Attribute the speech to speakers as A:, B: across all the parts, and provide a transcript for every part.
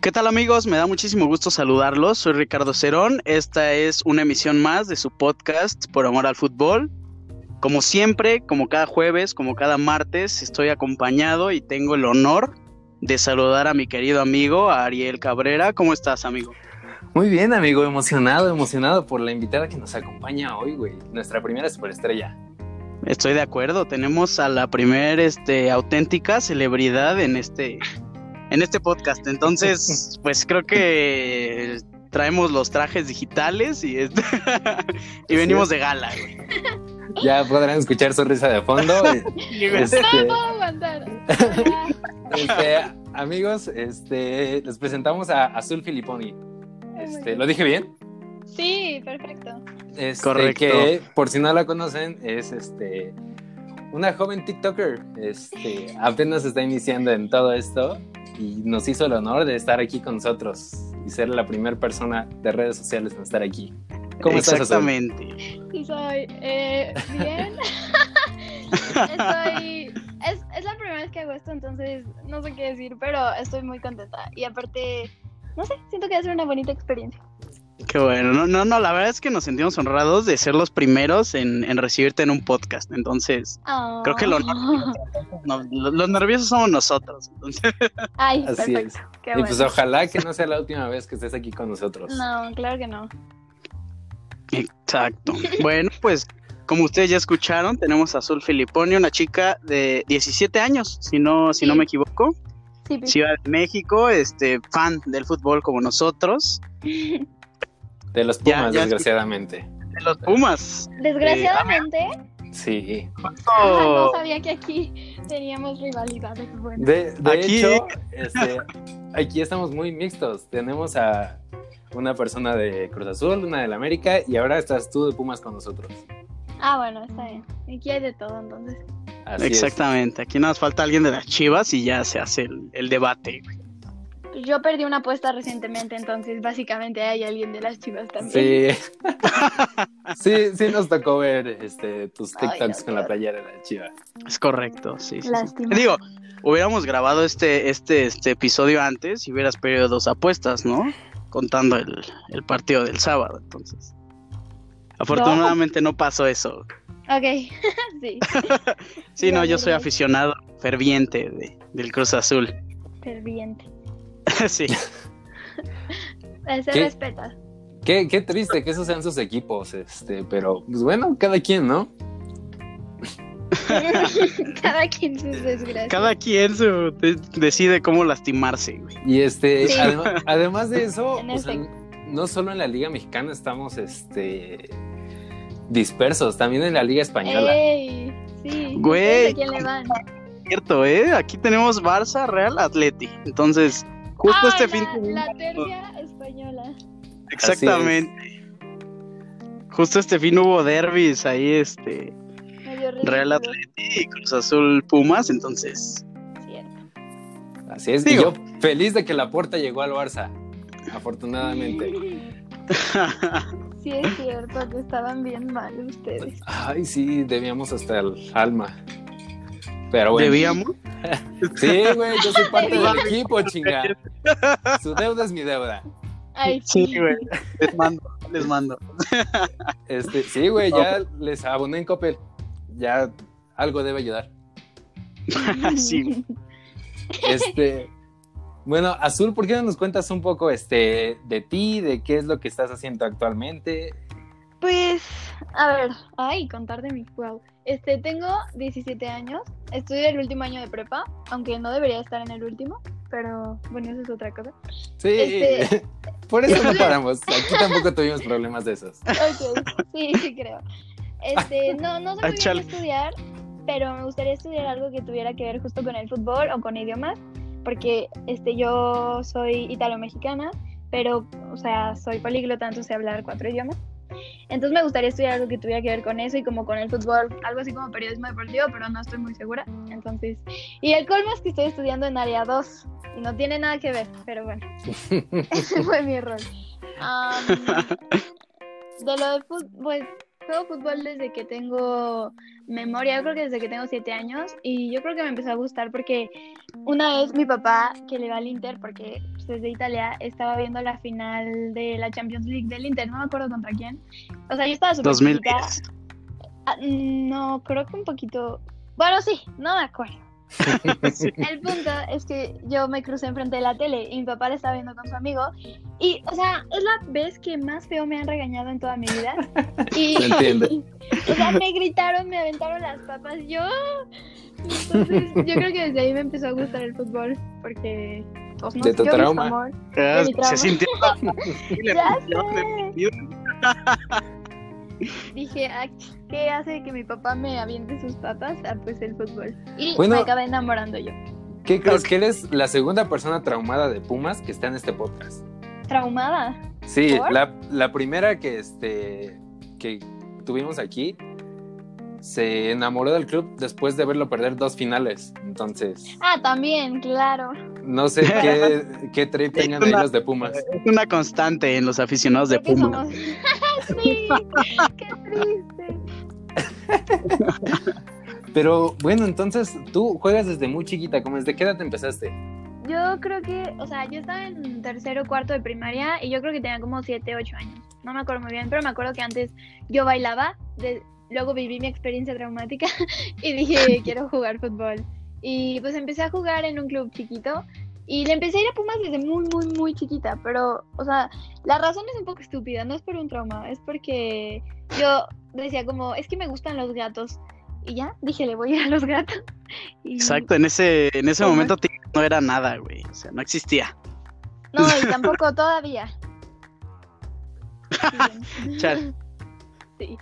A: ¿Qué tal amigos? Me da muchísimo gusto saludarlos. Soy Ricardo Cerón. Esta es una emisión más de su podcast Por Amor al Fútbol. Como siempre, como cada jueves, como cada martes, estoy acompañado y tengo el honor de saludar a mi querido amigo Ariel Cabrera. ¿Cómo estás, amigo?
B: Muy bien, amigo. Emocionado, emocionado por la invitada que nos acompaña hoy, güey. Nuestra primera superestrella.
A: Estoy de acuerdo. Tenemos a la primer este, auténtica celebridad en este, en este podcast. Entonces, pues creo que traemos los trajes digitales y, este y venimos de gala. Güey.
B: Ya podrán escuchar sonrisa de fondo. Este,
C: Ah,
B: este, amigos, este, les presentamos a Azul Filiponi. Este, ¿Lo dije bien?
C: Sí, perfecto.
B: Este, Correcto. Que por si no la conocen, es este una joven TikToker. Este, apenas está iniciando en todo esto y nos hizo el honor de estar aquí con nosotros y ser la primera persona de redes sociales en estar aquí.
A: ¿Cómo Exactamente.
C: estás? Exactamente. Soy eh, bien. estoy. Es, es la primera vez que hago esto, entonces no sé qué decir, pero estoy muy contenta. Y aparte, no sé, siento que va a ser una bonita experiencia.
A: Qué bueno, no, no, no, la verdad es que nos sentimos honrados de ser los primeros en, en recibirte en un podcast, entonces
C: Ah.
A: oh. creo que lo nervioso, no, los nerviosos somos nosotros. Entonces.
C: Ay, Así perfecto.
B: Es. Qué y bueno. pues ojalá que no sea la última vez que estés aquí con nosotros.
C: No, claro que no.
A: Exacto. bueno, pues como ustedes ya escucharon, tenemos a Azul Filiponi, una chica de 17 años, si no, si sí. no me equivoco. Sí,
C: pues,
A: Ciudad de México, este, fan del fútbol como nosotros.
B: De los Pumas, ya, ya desgraciadamente.
A: De los Pumas.
C: Desgraciadamente.
B: Eh, sí.
C: Oh. No sabía que aquí teníamos rivalidades buenas.
B: De, de aquí... hecho, este, aquí estamos muy mixtos. Tenemos a una persona de Cruz Azul, una del América, y ahora estás tú de Pumas con nosotros.
C: Ah, bueno, está bien. Aquí hay de todo entonces.
A: Así Exactamente. Es. Aquí nos falta alguien de las Chivas y ya se hace el, el debate.
C: Yo perdí una apuesta recientemente, entonces básicamente hay alguien de las Chivas también.
B: Sí. sí, sí nos tocó ver este, tus TikToks Ay, no, con la playera de las Chivas.
A: Es correcto, sí. sí,
C: Lástima.
A: sí. Digo, hubiéramos grabado este, este, este episodio antes y hubieras perdido dos apuestas, ¿no? Contando el, el partido del sábado, entonces. Afortunadamente no, no pasó eso.
C: Ok, sí.
A: sí, no, yo soy aficionado ferviente de, del Cruz Azul.
C: Ferviente.
A: sí.
C: Eh, Se ¿Qué? respeta.
B: Qué, qué, triste que esos sean sus equipos, este, pero pues bueno, cada quien, ¿no?
C: cada quien sus desgracias.
A: Cada quien su, decide cómo lastimarse. Güey.
B: Y este, sí. adem además de eso, o sea, no solo en la Liga Mexicana estamos, este, dispersos, también en la Liga Española.
C: Ey, sí,
A: Güey,
C: no sé quién le van.
A: cierto, ¿eh? Aquí tenemos Barça, Real, Atleti. Entonces, justo ah, este
C: la,
A: fin de
C: La tercia española.
A: Exactamente. Es. Justo este fin hubo derbis ahí, este. Real Atleti y Cruz Azul Pumas, entonces.
C: Cierto.
B: Así es, digo. Yo feliz de que la puerta llegó al Barça, afortunadamente.
C: Sí, es cierto que estaban bien mal ustedes.
B: Ay, sí, debíamos hasta el alma. Pero bueno.
A: ¿Debíamos?
B: Sí, güey, yo soy parte del equipo, chinga. Su deuda es mi deuda.
C: Ay,
A: sí, güey. Les mando, les mando.
B: Este, sí, güey, ya les aboné en Coppel. Ya algo debe ayudar.
A: sí.
B: Este. Bueno, Azul, ¿por qué no nos cuentas un poco este, de ti, de qué es lo que estás haciendo actualmente?
C: Pues, a ver, ay, contar de mí, wow. Este, tengo 17 años, estudio el último año de prepa, aunque no debería estar en el último, pero bueno, eso es otra cosa.
B: Sí, este... por eso no paramos, aquí tampoco tuvimos problemas de esos.
C: Ok, sí, sí creo. Este, no, no sé muy bien estudiar, pero me gustaría estudiar algo que tuviera que ver justo con el fútbol o con idiomas porque este, yo soy italo-mexicana, pero, o sea, soy políglota, entonces sé hablar cuatro idiomas. Entonces me gustaría estudiar algo que tuviera que ver con eso y como con el fútbol, algo así como periodismo deportivo, pero no estoy muy segura. Entonces, y el colmo es que estoy estudiando en área 2 y no tiene nada que ver, pero bueno, ese fue mi error. Um, de lo de fútbol, pues, juego fútbol desde que tengo memoria, yo creo que desde que tengo siete años y yo creo que me empezó a gustar porque una vez mi papá que le va al Inter porque pues, es de Italia, estaba viendo la final de la Champions League del Inter, no me acuerdo contra quién. O sea, yo estaba súper
A: 2010.
C: chiquita. Ah, no, creo que un poquito. Bueno, sí, no me acuerdo.
A: Sí.
C: El punto es que yo me crucé enfrente de la tele y mi papá la estaba viendo con su amigo. Y, o sea, es la vez que más feo me han regañado en toda mi vida. Y,
B: Se entiende.
C: o sea, me gritaron, me aventaron las papas. Yo. Entonces, yo creo que desde ahí me empezó a gustar el fútbol. Porque. Pues, no
B: De
C: sé,
B: tu
C: yo vi
B: trauma.
C: amor.
A: Ah,
C: mi trauma.
A: se sintió.
C: Ya Dije, "Ah, ¿qué hace que mi papá me aviente sus papas? Ah, pues el fútbol. Y
B: Bueno.
C: me acabé enamorando yo.
B: ¿Qué crees que eres la segunda persona traumada de Pumas que está en este podcast?
C: Traumada.
B: Sí,
C: ¿Por?
B: la, la primera que este que tuvimos aquí se enamoró del club después de verlo perder dos finales. Entonces,
C: Ah, también, claro.
B: no sé qué, qué trip tengan ahí los de Pumas.
A: Es una constante en los aficionados de
C: Creo que
A: Puma.
C: somos- sí, qué triste.
B: Pero bueno, entonces tú juegas desde muy chiquita, ¿cómo desde qué edad empezaste?
C: Yo creo que, o sea, yo estaba en tercero o cuarto de primaria y yo creo que tenía como 7, 8 años. No me acuerdo muy bien, pero me acuerdo que antes yo bailaba, de- luego viví mi experiencia traumática y dije, quiero jugar fútbol. Y pues empecé a jugar en un club chiquito y le empecé a ir a Pumas desde muy, muy, muy chiquita, pero, o sea, la razón es un poco estúpida, no es por un trauma, es porque yo decía como, es que me gustan los gatos. Y ya, dije, le voy a ir a los gatos. Y-
A: Exacto, en ese, en ese
C: Ajá.
A: momento Tigres no era nada, güey. O sea, no existía.
C: No, y tampoco todavía. Sí.
A: Chale.
C: Sí.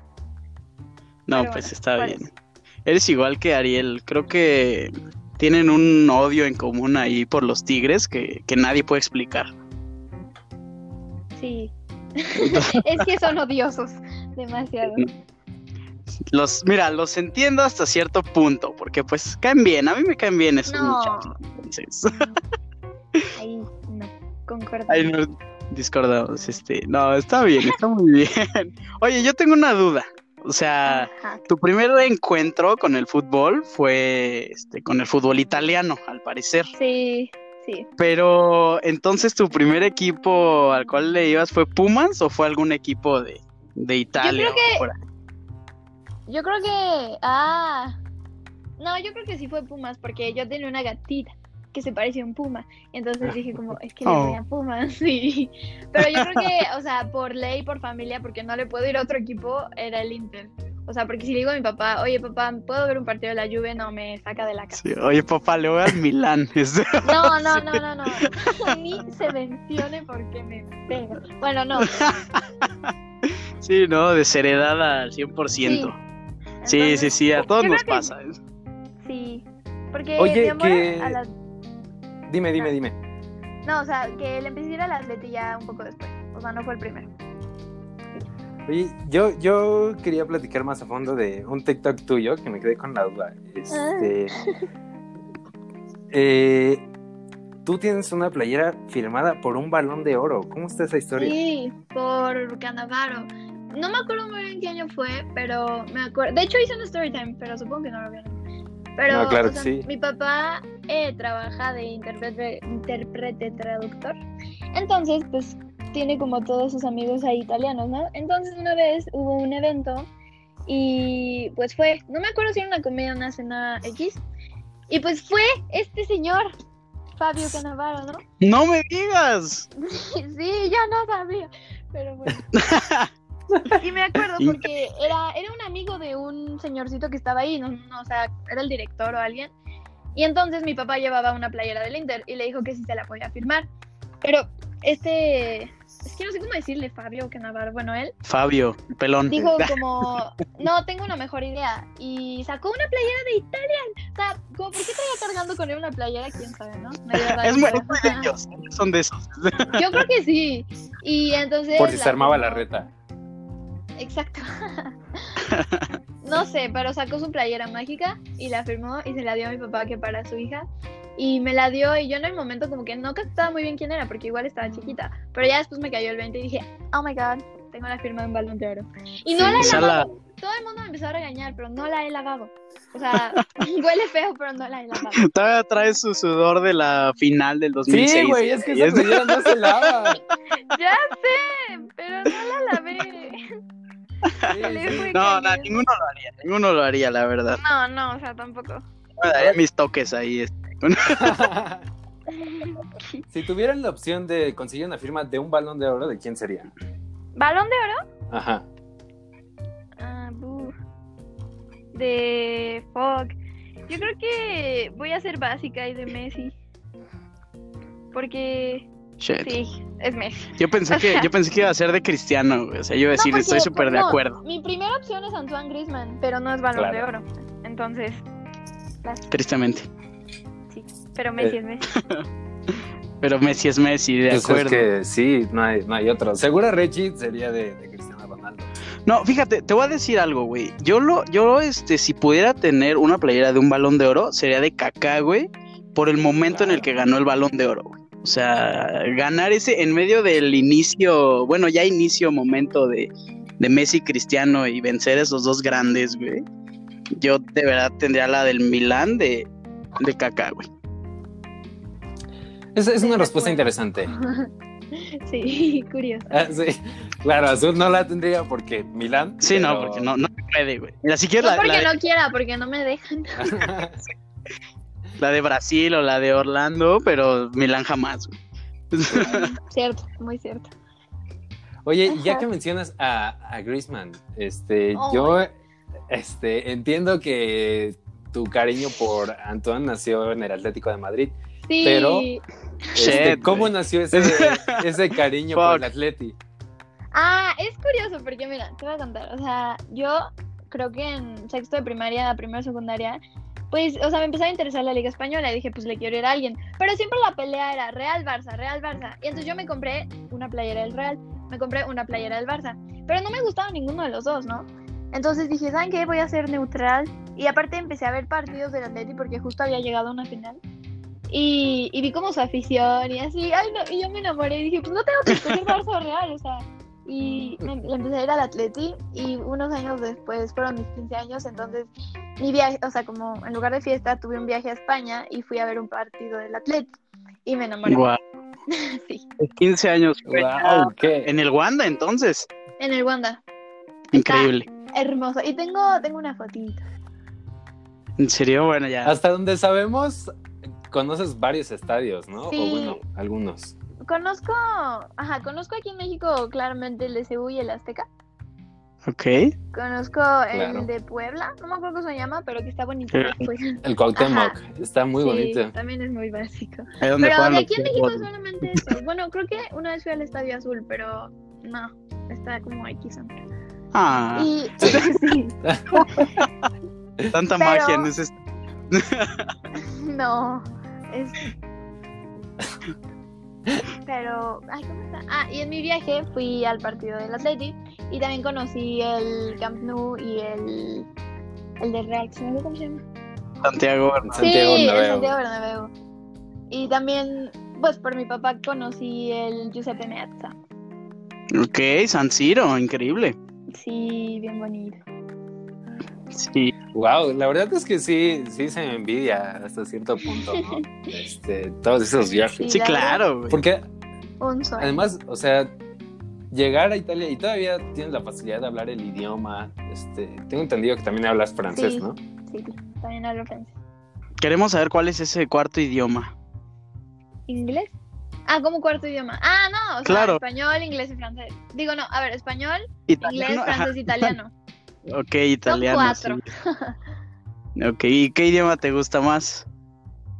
A: No,
C: Pero
A: pues
C: bueno,
A: está
C: por
A: bien. Eres igual que Ariel. Creo que tienen un odio en común ahí por los Tigres que, que nadie puede explicar.
C: Sí. es que son odiosos. Demasiado.
A: Los, mira, los entiendo hasta cierto punto, porque pues caen bien. A mí me caen bien esos
C: No.
A: muchachos. Entonces,
C: Ahí no. Concuerdo.
A: ahí nos discordamos. Este, no, está bien, está muy bien. Oye, yo tengo una duda. O sea,
C: Ajá.
A: tu primer encuentro con el fútbol fue este, con el fútbol italiano, al parecer.
C: Sí, sí.
A: Pero entonces tu primer equipo al cual le ibas fue Pumas o fue algún equipo de, de Italia?
C: creo que-
A: o por ahí?
C: Yo creo que. Ah. No, yo creo que sí fue Pumas, porque yo tenía una gatita que se parecía a un puma. Entonces dije como, es que le voy a Pumas, sí. Pero yo creo que, o sea, por ley, por familia, porque no le puedo ir a otro equipo, era el Inter. O sea, porque si le digo a mi papá, oye papá, ¿puedo ver un partido de la Juve? No, me saca de la casa.
A: Sí, oye, papá, le voy al Milán. este.
C: No, no, no, no, no. Ni se mencione porque me pega. Bueno, no.
A: sí, no, desheredada al 100%. Sí, sí,
C: Entonces,
A: sí, a todos
C: yo creo
A: nos
C: que-
A: pasa.
C: Sí. Porque
B: Oye,
C: mi amor
B: que-
C: a la-
B: Dime, dime, dime.
C: No, o sea, que le empecé a ir a la atleti ya un poco después. O sea, no fue el primero.
B: Oye, yo, yo quería platicar más a fondo de un TikTok tuyo que me quedé con la duda. Este, eh, tú tienes una playera firmada por un balón de oro. ¿Cómo está esa historia?
C: Sí, por Canavaro. No me acuerdo muy bien qué año fue, pero me acuerdo. De hecho, hice un story time, pero supongo que no lo vieron. Pero
B: No, claro
C: o sea,
B: que sí.
C: mi papá eh, trabaja de intérprete, intérprete traductor. Entonces, pues tiene como todos sus amigos ahí italianos, ¿no? Entonces, una vez hubo un evento y pues fue, no me acuerdo si era una comida o una cena X. Y pues fue este señor, Fabio Canavaro, ¿no?
A: ¡No me digas!
C: Sí, yo no sabía, pero bueno. Y me acuerdo porque era, era un amigo de un señorcito que estaba ahí, no, no, o sea, era el director o alguien. Y entonces mi papá llevaba una playera del Inter y le dijo que si se la podía firmar. Pero este, es que no sé cómo decirle, Fabio Canavar, bueno, él
A: Fabio, el pelón.
C: dijo como, no, tengo una mejor idea. Y sacó una playera de Italia. O sea, como, ¿por qué traía cargando con él una playera? ¿Quién sabe, no? Medio raro,
A: es muy,
C: pero-
A: es muy de ellos, son de esos.
C: Yo creo que sí. Y entonces.
B: Por si se
C: la
B: armaba
C: firmó.
B: la reta.
C: Exacto. no sé, pero sacó su playera mágica y la firmó y se la dio a mi papá que para su hija. Y me la dio y yo en el momento como que no captaba muy bien quién era porque igual estaba chiquita. Pero ya después me cayó el 20 y dije, oh my god, tengo la firma de un balón de oro. Y no
B: Sí,
C: la
A: o sea, la-
C: ganó. todo el mundo me empezó a regañar, pero no la he lavado. O sea, huele feo, pero no la he lavado.
A: Todavía trae su sudor de la final del 2006.
B: Sí, güey, es que esa playera no se lava.
C: Ya sé, pero no la lavé. Le
B: Sí, sí.
C: fue
A: No,
C: cañón.
A: no, ninguno lo haría, ninguno lo haría, la verdad.
C: No, no, o sea, tampoco.
A: Me daría mis toques ahí. este.
B: si tuvieran la opción de conseguir una firma de un balón de oro, ¿de quién sería?
C: ¿Balón de oro?
B: Ajá.
C: Ah, buh. De fuck. Yo creo que voy a ser básica y de Messi. Porque
A: Shit.
C: sí, es Messi.
A: Yo pensé que, yo pensé que iba a ser de Cristiano, güey. O sea, yo iba a decir,
C: No, porque-
A: Pues estoy súper de
C: no,
A: acuerdo.
C: Mi primera opción es Antoine Griezmann, pero no es balón
B: Claro.
C: de oro. Entonces,
A: Tristemente.
C: pero Messi
B: Eh,
C: es Messi.
A: Pero Messi es Messi, de
B: Pues
A: acuerdo.
B: es que sí, no hay, no hay otro. Seguro Richie sería de, de Cristiano Ronaldo.
A: No, fíjate, te voy a decir algo, güey. Yo lo, yo, este, si pudiera tener una playera de un balón de oro, sería de Kaká, güey, por el momento en el
B: Claro.
A: que ganó el balón de oro, güey. O sea, ganar ese en medio del inicio, bueno, ya inicio momento de, de Messi Cristiano y vencer esos dos grandes, güey. Yo de verdad tendría la del Milán de, de Kaká, güey.
B: Esa es
C: Sí,
B: una
C: de
B: respuesta
C: acuerdo.
B: interesante.
C: Sí, curioso.
B: Ah, sí. Claro, Azul no la tendría porque Milán.
A: Sí, no,
B: pero-
A: porque no, no se puede, güey. Mira, si quieres
C: No
A: la, la
C: porque
A: de,
C: no quiera, porque no me dejan.
A: la de Brasil o la de Orlando, pero Milán jamás, güey.
C: Cierto, muy cierto.
B: Oye, y ya
C: Ajá.
B: que mencionas a, a Griezmann, este,
C: Oh.
B: yo este, entiendo que tu cariño por Antoine nació en el Atlético de Madrid.
C: Sí,
B: Pero- Este,
A: Shit,
B: ¿Cómo
A: güey.
B: nació ese, ese cariño por el
A: Fuck.
B: Atleti?
C: Ah, es curioso porque mira, te voy a contar, o sea, yo creo que en sexto de primaria, primero de secundaria, pues, o sea, me empezaba a interesar la liga española y dije, pues le quiero ir a alguien, pero siempre la pelea era Real Barça, Real Barça, y entonces yo me compré una playera del Real, me compré una playera del Barça, pero no me gustaba ninguno de los dos, ¿no? Entonces dije, ¿saben qué? Voy a ser neutral. Y aparte empecé a ver partidos del Atleti porque justo había llegado a una final. Y, y vi como su afición y así. Ay, no, y yo me enamoré y dije, pues no tengo que escoger Barça o Real, o sea. Y me, le empecé a ir al Atleti y unos años después fueron mis 15 años, entonces mi viaje, o sea, como en lugar de fiesta tuve un viaje a España y fui a ver un partido del Atleti y me enamoré.
A: Guau.
C: Sí,
A: 15 años güey.
B: Wow, qué
A: en el Wanda entonces.
C: en el Wanda.
A: Increíble.
C: Hermoso. Y tengo, tengo una fotito.
A: En serio, bueno, ya.
B: Hasta donde sabemos, conoces varios estadios, ¿no? O
C: Sí.
B: bueno, algunos.
C: Conozco, ajá, conozco aquí en México claramente el de Cebú y el Azteca.
A: Ok.
C: Conozco
B: Claro.
C: el de Puebla, no me acuerdo cómo se llama, pero que está bonito.
A: Sí.
C: Pues,
B: El Cuauhtémoc, está muy
C: sí,
B: bonito.
C: También es muy básico.
A: Ahí donde
C: Pero
A: juegan
C: de
A: los
C: aquí en México
A: fútbol.
C: solamente eso. Bueno, creo que una vez fui al Estadio Azul, pero no, está como X.
A: Ah,
C: Y pues sí,
A: tanta
C: pero-
A: magia en ese.
C: no, es... Pero, ay, ¿cómo está? Ah, y en mi viaje fui al partido del Atleti y también conocí el Camp Nou y el, el de Real, que se me olvidó ¿cómo se llama?
A: Santiago Bernabéu.
C: Sí,
B: Santiago
C: el
B: Bernabéu.
C: Santiago Bernabéu. Y también, pues por mi papá conocí el Giuseppe Meazza.
A: Ok, San Siro, increíble.
C: Sí, bien bonito.
A: Sí.
B: Wow, la verdad es que sí, sí se me envidia hasta cierto punto, ¿no? Este, todos esos viajes.
A: Sí,
C: la verdad-
A: claro, güey.
B: Porque
C: Un sol.
B: Además, o sea, llegar a Italia y todavía tienes la facilidad de hablar el idioma. Este, tengo entendido que también hablas francés,
C: Sí.
B: ¿no?
C: Sí, también hablo francés.
A: Queremos saber cuál es ese cuarto idioma.
C: ¿Inglés? Ah, como cuarto idioma. Ah, no, o sea,
A: Claro.
C: español, inglés y francés. Digo, no, a ver, español, inglés,
A: Italiano. ajá,
C: francés, italiano.
A: Ok, italiano.
C: Son
A: sí. Ok, ¿y qué idioma te gusta más?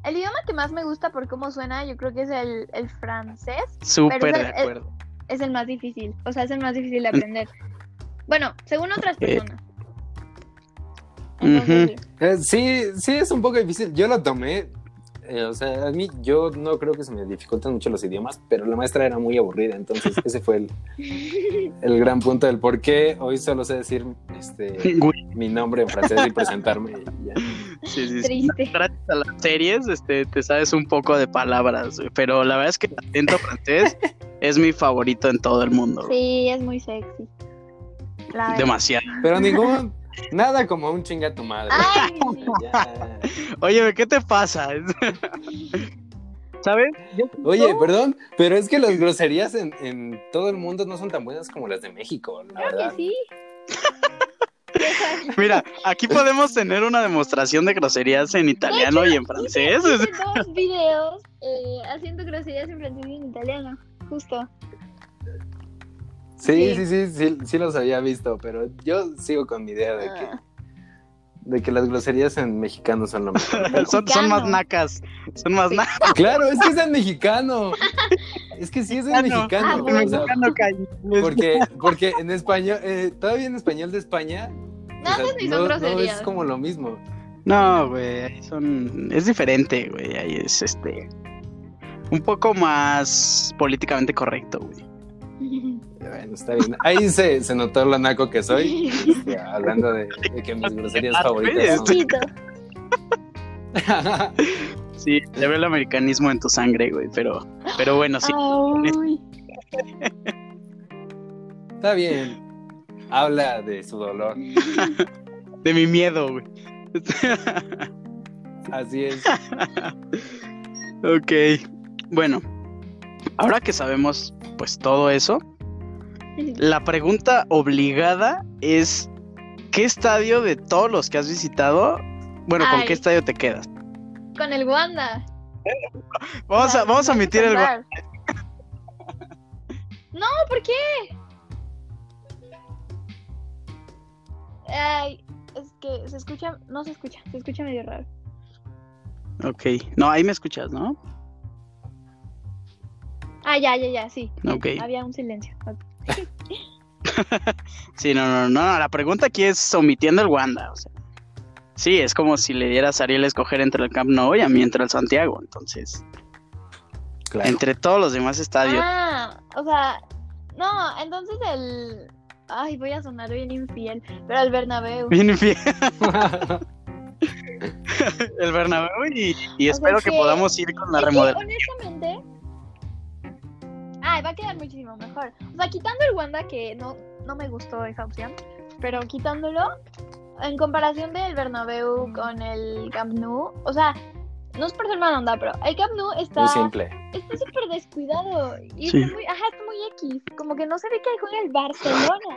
C: El idioma que más me gusta por cómo suena, yo creo que es el, el francés.
A: Súper
C: Pero
A: de
C: es- es-
A: acuerdo.
C: Es el más difícil, o sea, es el más difícil de aprender. Bueno, según otras
A: Eh.
C: personas. Entonces,
A: Ujú.
C: sí.
B: Eh, sí, sí, es un poco difícil. Yo lo tomé. eh, o sea, a mí yo no creo que se me dificulten mucho los idiomas, pero la maestra era muy aburrida, entonces ese fue el, el gran punto del por qué hoy solo sé decir este,
A: Güey,
B: mi nombre en francés y presentarme. y ya.
A: sí, sí, sí.
C: Triste.
A: gracias a las series, este, te sabes un poco de palabras, güey, pero la verdad es que el acento francés es mi favorito en todo el mundo. güey.
C: Sí, es muy sexy. La-
A: Demasiado.
B: Pero ningún. Nada como un chinga a tu madre.
C: Ay,
B: Ya.
A: Oye, ¿qué te pasa? ¿Sabes?
B: Oye, perdón, pero es que las groserías en, en todo el mundo no son tan buenas como las de México, la
C: creo
B: verdad.
C: que sí. Deja-
A: Mira, aquí podemos tener una demostración de groserías en italiano y en francés.
C: Hice dos videos eh, haciendo groserías en francés y en italiano, justo.
B: Sí, sí,
C: Sí.
B: sí, sí, sí los había visto, pero yo sigo con mi idea de que,
C: Ah.
B: de que las groserías en mexicano son lo mejor.
A: Son, son más
C: Mexicano.
A: nacas. Son más
C: Sí.
A: nacas.
B: claro, es que es en mexicano. Es que sí es en
C: Ah,
B: mexicano. pues,
C: bueno.
B: o sea,
A: Mexicano calle.
B: porque, porque en español, eh, todavía en español de España, o
C: No,
B: sea,
C: esas ni
B: no-
C: son
B: no
C: groserías.
B: es como lo mismo.
A: No, güey, ahí son... Es diferente, güey. Ahí es este... Un poco más políticamente correcto, güey.
B: Bueno, está bien. Ahí se, se notó lo naco que soy. este, hablando de, de que mis groserías favoritas son.
C: Chito.
A: Sí, se ve el americanismo en tu sangre, güey. Pero, pero bueno, sí.
C: Ay.
B: Está bien. Habla de su dolor.
A: De mi miedo, güey.
B: Así es.
A: Ok. Bueno, ahora que sabemos, pues, todo eso, La pregunta obligada es: ¿qué estadio de todos los que has visitado? Bueno, ¿con
C: Ay.
A: qué estadio te quedas?
C: Con el Wanda.
A: Vamos a,
C: Claro,
A: vamos a
C: no hay que
A: omitir el. gua-
C: comprar. No, ¿por qué? Ay, es que se escucha, no se escucha, se escucha medio raro.
A: Ok. No, ahí me escuchas, ¿no?
C: Ah, ya, ya, ya, sí.
A: Ok.
C: Había un silencio. Ok.
A: Sí, no, no, no. no, La pregunta aquí es omitiendo el Wanda. O sea, sí, es como si le dieras a Ariel a escoger entre el Camp Nou y a mí entre el Santiago. Entonces,
B: Claro.
A: entre todos los demás estadios.
C: Ah, o sea, no, entonces el. Ay, voy a sonar bien infiel, pero el Bernabéu.
A: Bien infiel. El Bernabéu y, y
C: O sea,
A: espero
C: es
A: que
C: que-
A: podamos ir con la
C: Es que,
A: remodelación.
C: honestamente. Ay, va a quedar muchísimo mejor. O sea, quitando el Wanda, que no, no me gustó esa opción. Pero quitándolo, en comparación del Bernabéu con el Camp Nou, o sea, no es por ser mala onda, pero el Camp Nou está
B: Muy simple.
C: está súper descuidado. Y
A: Sí.
C: está muy, ajá, está muy X. Como que no se ve que juega el Barcelona.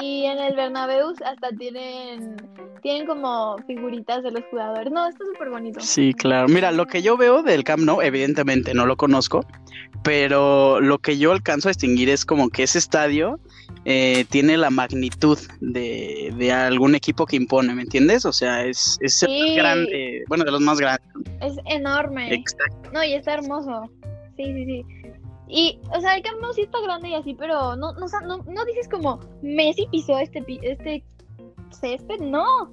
C: Y en el Bernabéu hasta tienen, tienen como figuritas de los jugadores. No, está súper bonito.
A: Sí, claro. Mira, lo que yo veo del Camp Nou, evidentemente no lo conozco, pero lo que yo alcanzo a distinguir es como que ese estadio eh, tiene la magnitud de, de algún equipo que impone, ¿me entiendes? O sea, es, es el
C: Sí.
A: grande, bueno, de los más grandes.
C: Es enorme.
A: Exacto.
C: No, y está hermoso. Sí, sí, sí. Y, o sea, el Camp Nou sí está grande y así, pero no, no, o sea, no, no dices como Messi pisó este, pi- este césped, no.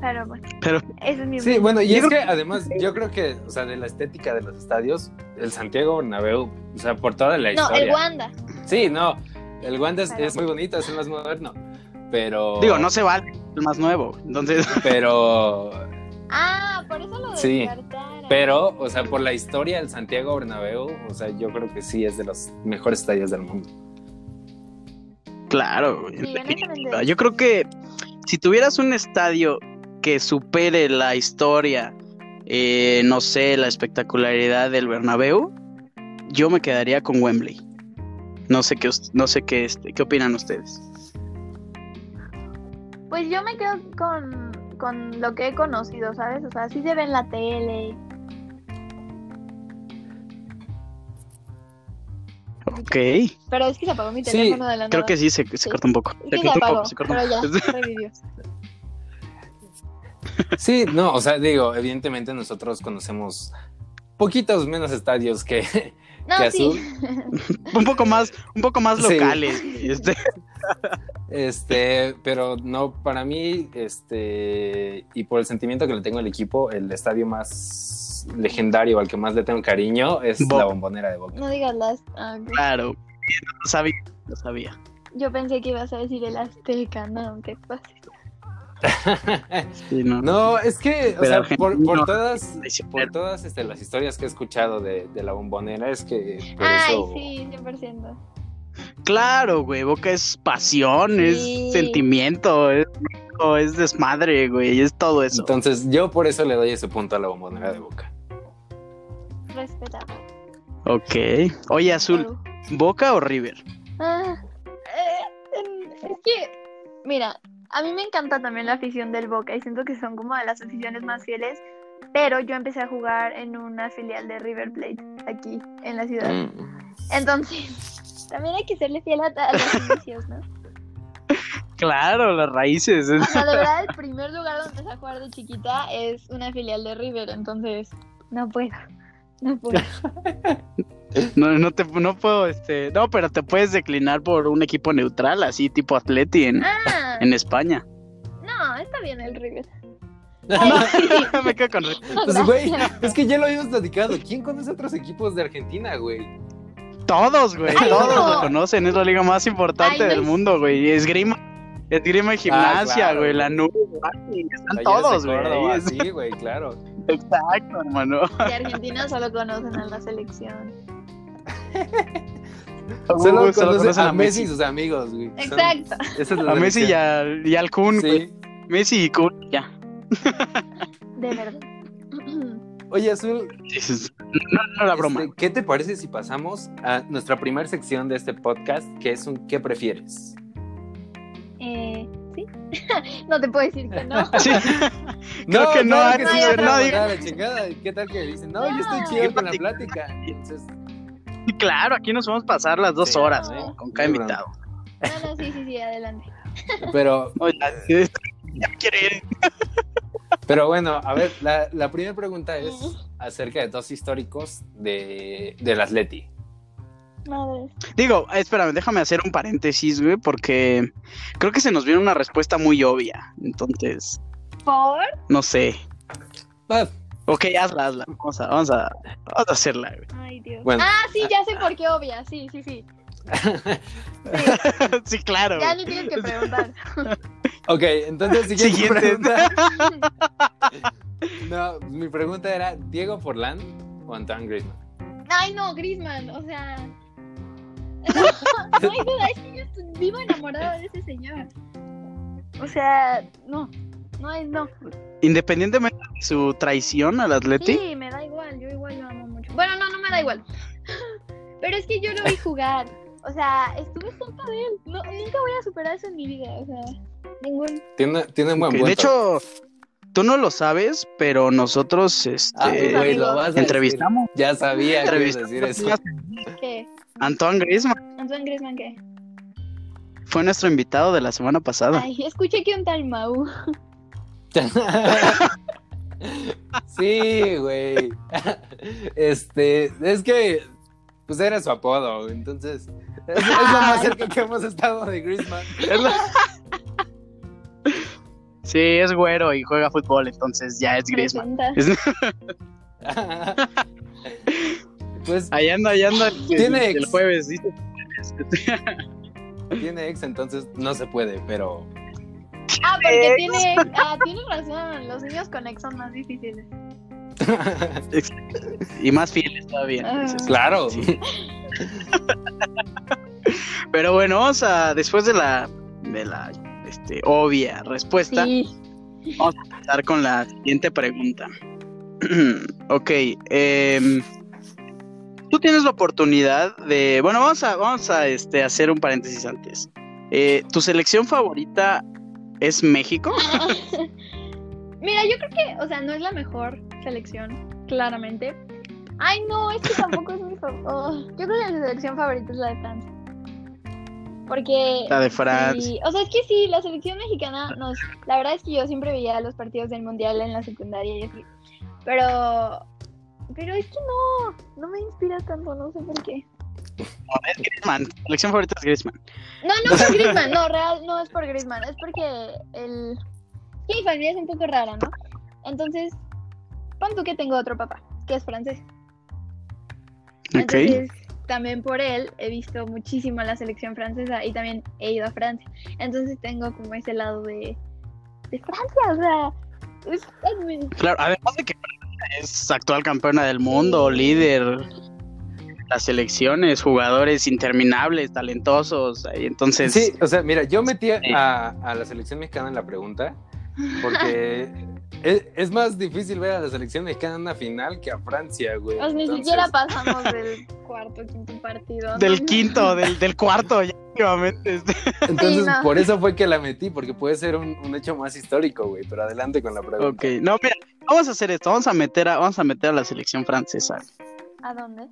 C: Pero bueno.
A: Pero-
C: Esa es mi
B: Sí,
C: opinión.
B: bueno, y
A: Yo
B: es
A: creo
B: que además, yo creo que, o sea, de la estética de los estadios, el Santiago Bernabéu, o sea, por toda la
C: No, el
B: historia.
C: Wanda.
B: sí, no, el Wanda es,
C: Pero-
B: es muy bonito, es el más moderno, pero...
A: Digo, no se vale, es el más nuevo. Entonces,
B: Pero,
C: Ah, por eso lo
B: Sí,
C: descartaron.
B: pero,
A: eh,
B: o sea, por la historia del Santiago Bernabéu, o sea, yo creo que sí es de los mejores estadios del mundo.
A: claro. güey.
C: Sí, honestamente.
A: Ah, Yo creo que si tuvieras un estadio que supere la historia, eh, no sé, la espectacularidad del Bernabéu, yo me quedaría con Wembley. No sé qué, us- no sé qué, este, qué opinan ustedes.
C: Pues yo me quedo con, con lo que he conocido, ¿sabes? O sea, sí se ve en la tele.
A: Ok,
C: Pero es que se apagó mi
B: Sí,
C: teléfono de la
A: creo
C: nada.
A: que sí, se, se
C: Sí.
A: corta un poco. Se
C: Es que se
A: corta un
C: apagó,
A: poco, se corta un
C: pero ya,
A: poco.
C: revivió.
B: Sí, no, o sea, digo, evidentemente nosotros conocemos poquitos menos estadios que,
C: No,
B: que
C: sí.
A: Un poco más, un poco más
B: Sí.
A: locales. güey, este.
B: Este, pero no, para mí, este, y por el sentimiento que le tengo al equipo, el estadio más legendario, al que más le tengo cariño, es
A: Bo-
B: la bombonera de Boca.
C: No digas las... ah, ok.
A: Claro, lo sabía, lo sabía.
C: Yo pensé que ibas a decir el Azteca, no, te pases.
A: Sí, no,
B: no, es que, o
A: Pero
B: sea,
A: Argentina-
B: por, por todas, por
A: Pero-
B: todas este, las historias que he escuchado de, de la bombonera, es que por
C: Ay,
B: eso,
C: sí, 100%.
A: Claro, güey, Boca es pasión,
C: Sí.
A: es sentimiento, es, rico, es desmadre, güey, es todo eso.
B: Entonces, yo por eso le doy ese punto a la bombonera de Boca.
C: Respetable.
A: Ok. Oye, Azul,
C: Claro.
A: ¿Boca o River?
C: Ah, eh, em, es que, mira, a mí me encanta también la afición del Boca y siento que son como de las aficiones más fieles, pero yo empecé a jugar en una filial de River Plate aquí en la ciudad. Entonces, también hay que serle fiel a, a los inicios, ¿no?
A: Claro, las raíces.
C: O sea, de verdad, el primer lugar donde empecé a jugar de chiquita es una filial de River, entonces no puedo. No puedo.
A: No, no te no puedo, este, no, pero te puedes declinar por un equipo neutral, así tipo Atleti en,
C: Ah,
A: en España.
C: no, está bien el River.
A: Me quedo con
B: Pues, güey,
C: Gracias.
B: es que ya lo habíamos platicado. ¿Quién conoce otros equipos de Argentina, güey?
A: todos, güey.
C: Ay,
A: Todos
C: no.
A: lo conocen, es la liga más importante
C: Ay, no
A: del
C: es-
A: mundo, güey. Esgrima, esgrima y gimnasia,
B: Ah, claro.
A: güey, la nube, güey, están
B: Talleres de
A: todos, güey.
B: Córdoba,
A: ahí es-
B: Sí, güey, claro.
A: Exacto, hermano.
C: De Argentina solo conocen a la selección.
B: Solo
A: Uy,
B: conoces
A: conocen
B: a Messi y sus amigos, güey. Son-
C: Exacto.
B: esa es la
A: A Messi y,
B: selección.
A: al- y al Kun, güey.
B: Sí.
A: Messi y Kun, ya.
C: De verdad.
B: Oye,
A: No,
B: Azul,
A: no era
B: este,
A: broma.
B: ¿qué te parece si pasamos a nuestra primera sección de este podcast, que es un ¿Qué prefieres?
C: Eh, ¿Sí? no te puedo decir que no.
B: Este,
A: Sí. Creo que no,
B: claro
A: hay-
B: que
C: no hay
B: sí,
C: otra
B: no,
A: manera.
B: la chingada. ¿Qué tal que dicen? No, yo estoy
C: No.
B: chido con la plática. Entonces,
A: Claro, aquí nos vamos a pasar las dos
B: Sí,
A: horas,
B: ¿no?
A: güey, con cada
B: Sí,
A: invitado.
C: No, no, sí, sí, sí, adelante.
B: pero,
A: Oye, ya quiere ir.
B: pero bueno, a ver, la, la primera pregunta es acerca de dos históricos de, del Atleti.
C: Madres.
A: Digo, espérame, déjame hacer un paréntesis, güey, porque creo que se nos viene una respuesta muy obvia. Entonces,
C: ¿Por?
A: no sé. Ah.
B: Vas.
A: Ok, hazla, hazla. Vamos a, vamos a, vamos a hacerla, güey.
C: Ay, Dios.
B: Bueno.
C: Ah, sí, ya sé por qué obvia. Sí, sí, sí. Sí,
A: sí, claro.
C: ya
A: güey.
C: ni tienes que preguntar.
B: Ok, entonces siguiente,
A: Siguiente.
B: pregunta. No, mi pregunta era Diego Forlán o Antoine Griezmann.
C: Ay, no, Grisman, o sea. No hay duda, es que yo estoy- vivo enamorada de ese señor. O sea, no, no es no.
A: Independientemente de su traición al Atleti,
C: Sí, me da igual, yo igual lo amo mucho. Bueno, no, no me da igual. Pero es que yo lo vi jugar. O sea, estuve tonta de él. No, nunca voy a superar eso en mi vida. O sea, ningún.
B: Tiene, tiene un buen
A: que
B: punto.
A: de hecho, tú no lo sabes, pero nosotros,
B: Ah,
A: este,
B: güey, lo vas a
A: entrevistamos,
B: decir. Ya sabía que ibas a decir eso.
A: entrevistamos
C: ¿Qué?
A: a Antoine Griezmann.
C: ¿Antoine Griezmann qué?
A: Fue nuestro invitado de la semana pasada.
C: Ay, escuché que un tal Mau.
B: sí, güey. Este, es que, pues era su apodo, entonces. Es, es lo más cerca que hemos estado de Griezmann.
A: Es la- Sí, es güero y juega fútbol, entonces ya es Griezmann.
C: Presenta.
B: Pues
A: Ahí anda, ahí anda. el-
B: Tiene
A: el,
B: ex.
A: jueves, ¿viste?
B: tiene ex, entonces no se puede, pero.
C: Ah, porque tiene. Ah, tienes razón. Los niños con ex son más difíciles.
A: Y más fiel todavía.
C: Ah.
A: entonces.
B: Claro.
A: Pero bueno, vamos a, después de la, de la este, obvia respuesta,
C: Sí.
A: empezar con la siguiente pregunta. ok, em, tú tienes la oportunidad de, bueno, vamos a, vamos a este, hacer un paréntesis antes. Eh, ¿Tu selección favorita es México?
C: Mira, yo creo que, o sea, no es la mejor selección, claramente. Ay, no, es que tampoco es mi favorita. yo creo que mi selección favorita es la de Francia. Porque.
A: La de Francia.
C: sí, o sea, es que sí, la selección mexicana nos. La verdad es que yo siempre veía los partidos del mundial en la secundaria y así. Pero. Pero es que no, no me inspira tanto, no sé por qué.
A: Griezmann, tu selección favorita es Griezmann.
C: No, no por Griezmann, no, real, no es por Griezmann, es porque el... es que mi familia es un poco rara, ¿no? Entonces, pon tú que tengo otro papá, que es francés.
A: Ok.
C: Entonces, también por él he visto muchísimo a la selección francesa y también he ido a Francia. Entonces tengo como ese lado de, de Francia, o sea, es- es muy-
A: Claro, además de que Francia es actual campeona del mundo, líder las selecciones, jugadores interminables, talentosos. ahí, Entonces,
B: Sí, o sea, mira, yo metí
A: Sí.
B: a, a la selección mexicana en la pregunta porque es, es más difícil ver a la selección mexicana en una final que a Francia, güey.
C: Pues ni
B: Entonces,
C: siquiera pasamos del cuarto, quinto partido. ¿no?
A: del quinto, del, del cuarto, ya últimamente. este,
B: Entonces,
C: Sí, no.
B: por eso fue que la metí, porque puede ser un, un hecho más histórico, güey. Pero adelante con la pregunta.
A: Ok, no, mira, vamos a hacer esto, vamos a meter a, vamos a, meter a la selección francesa.
C: ¿A dónde?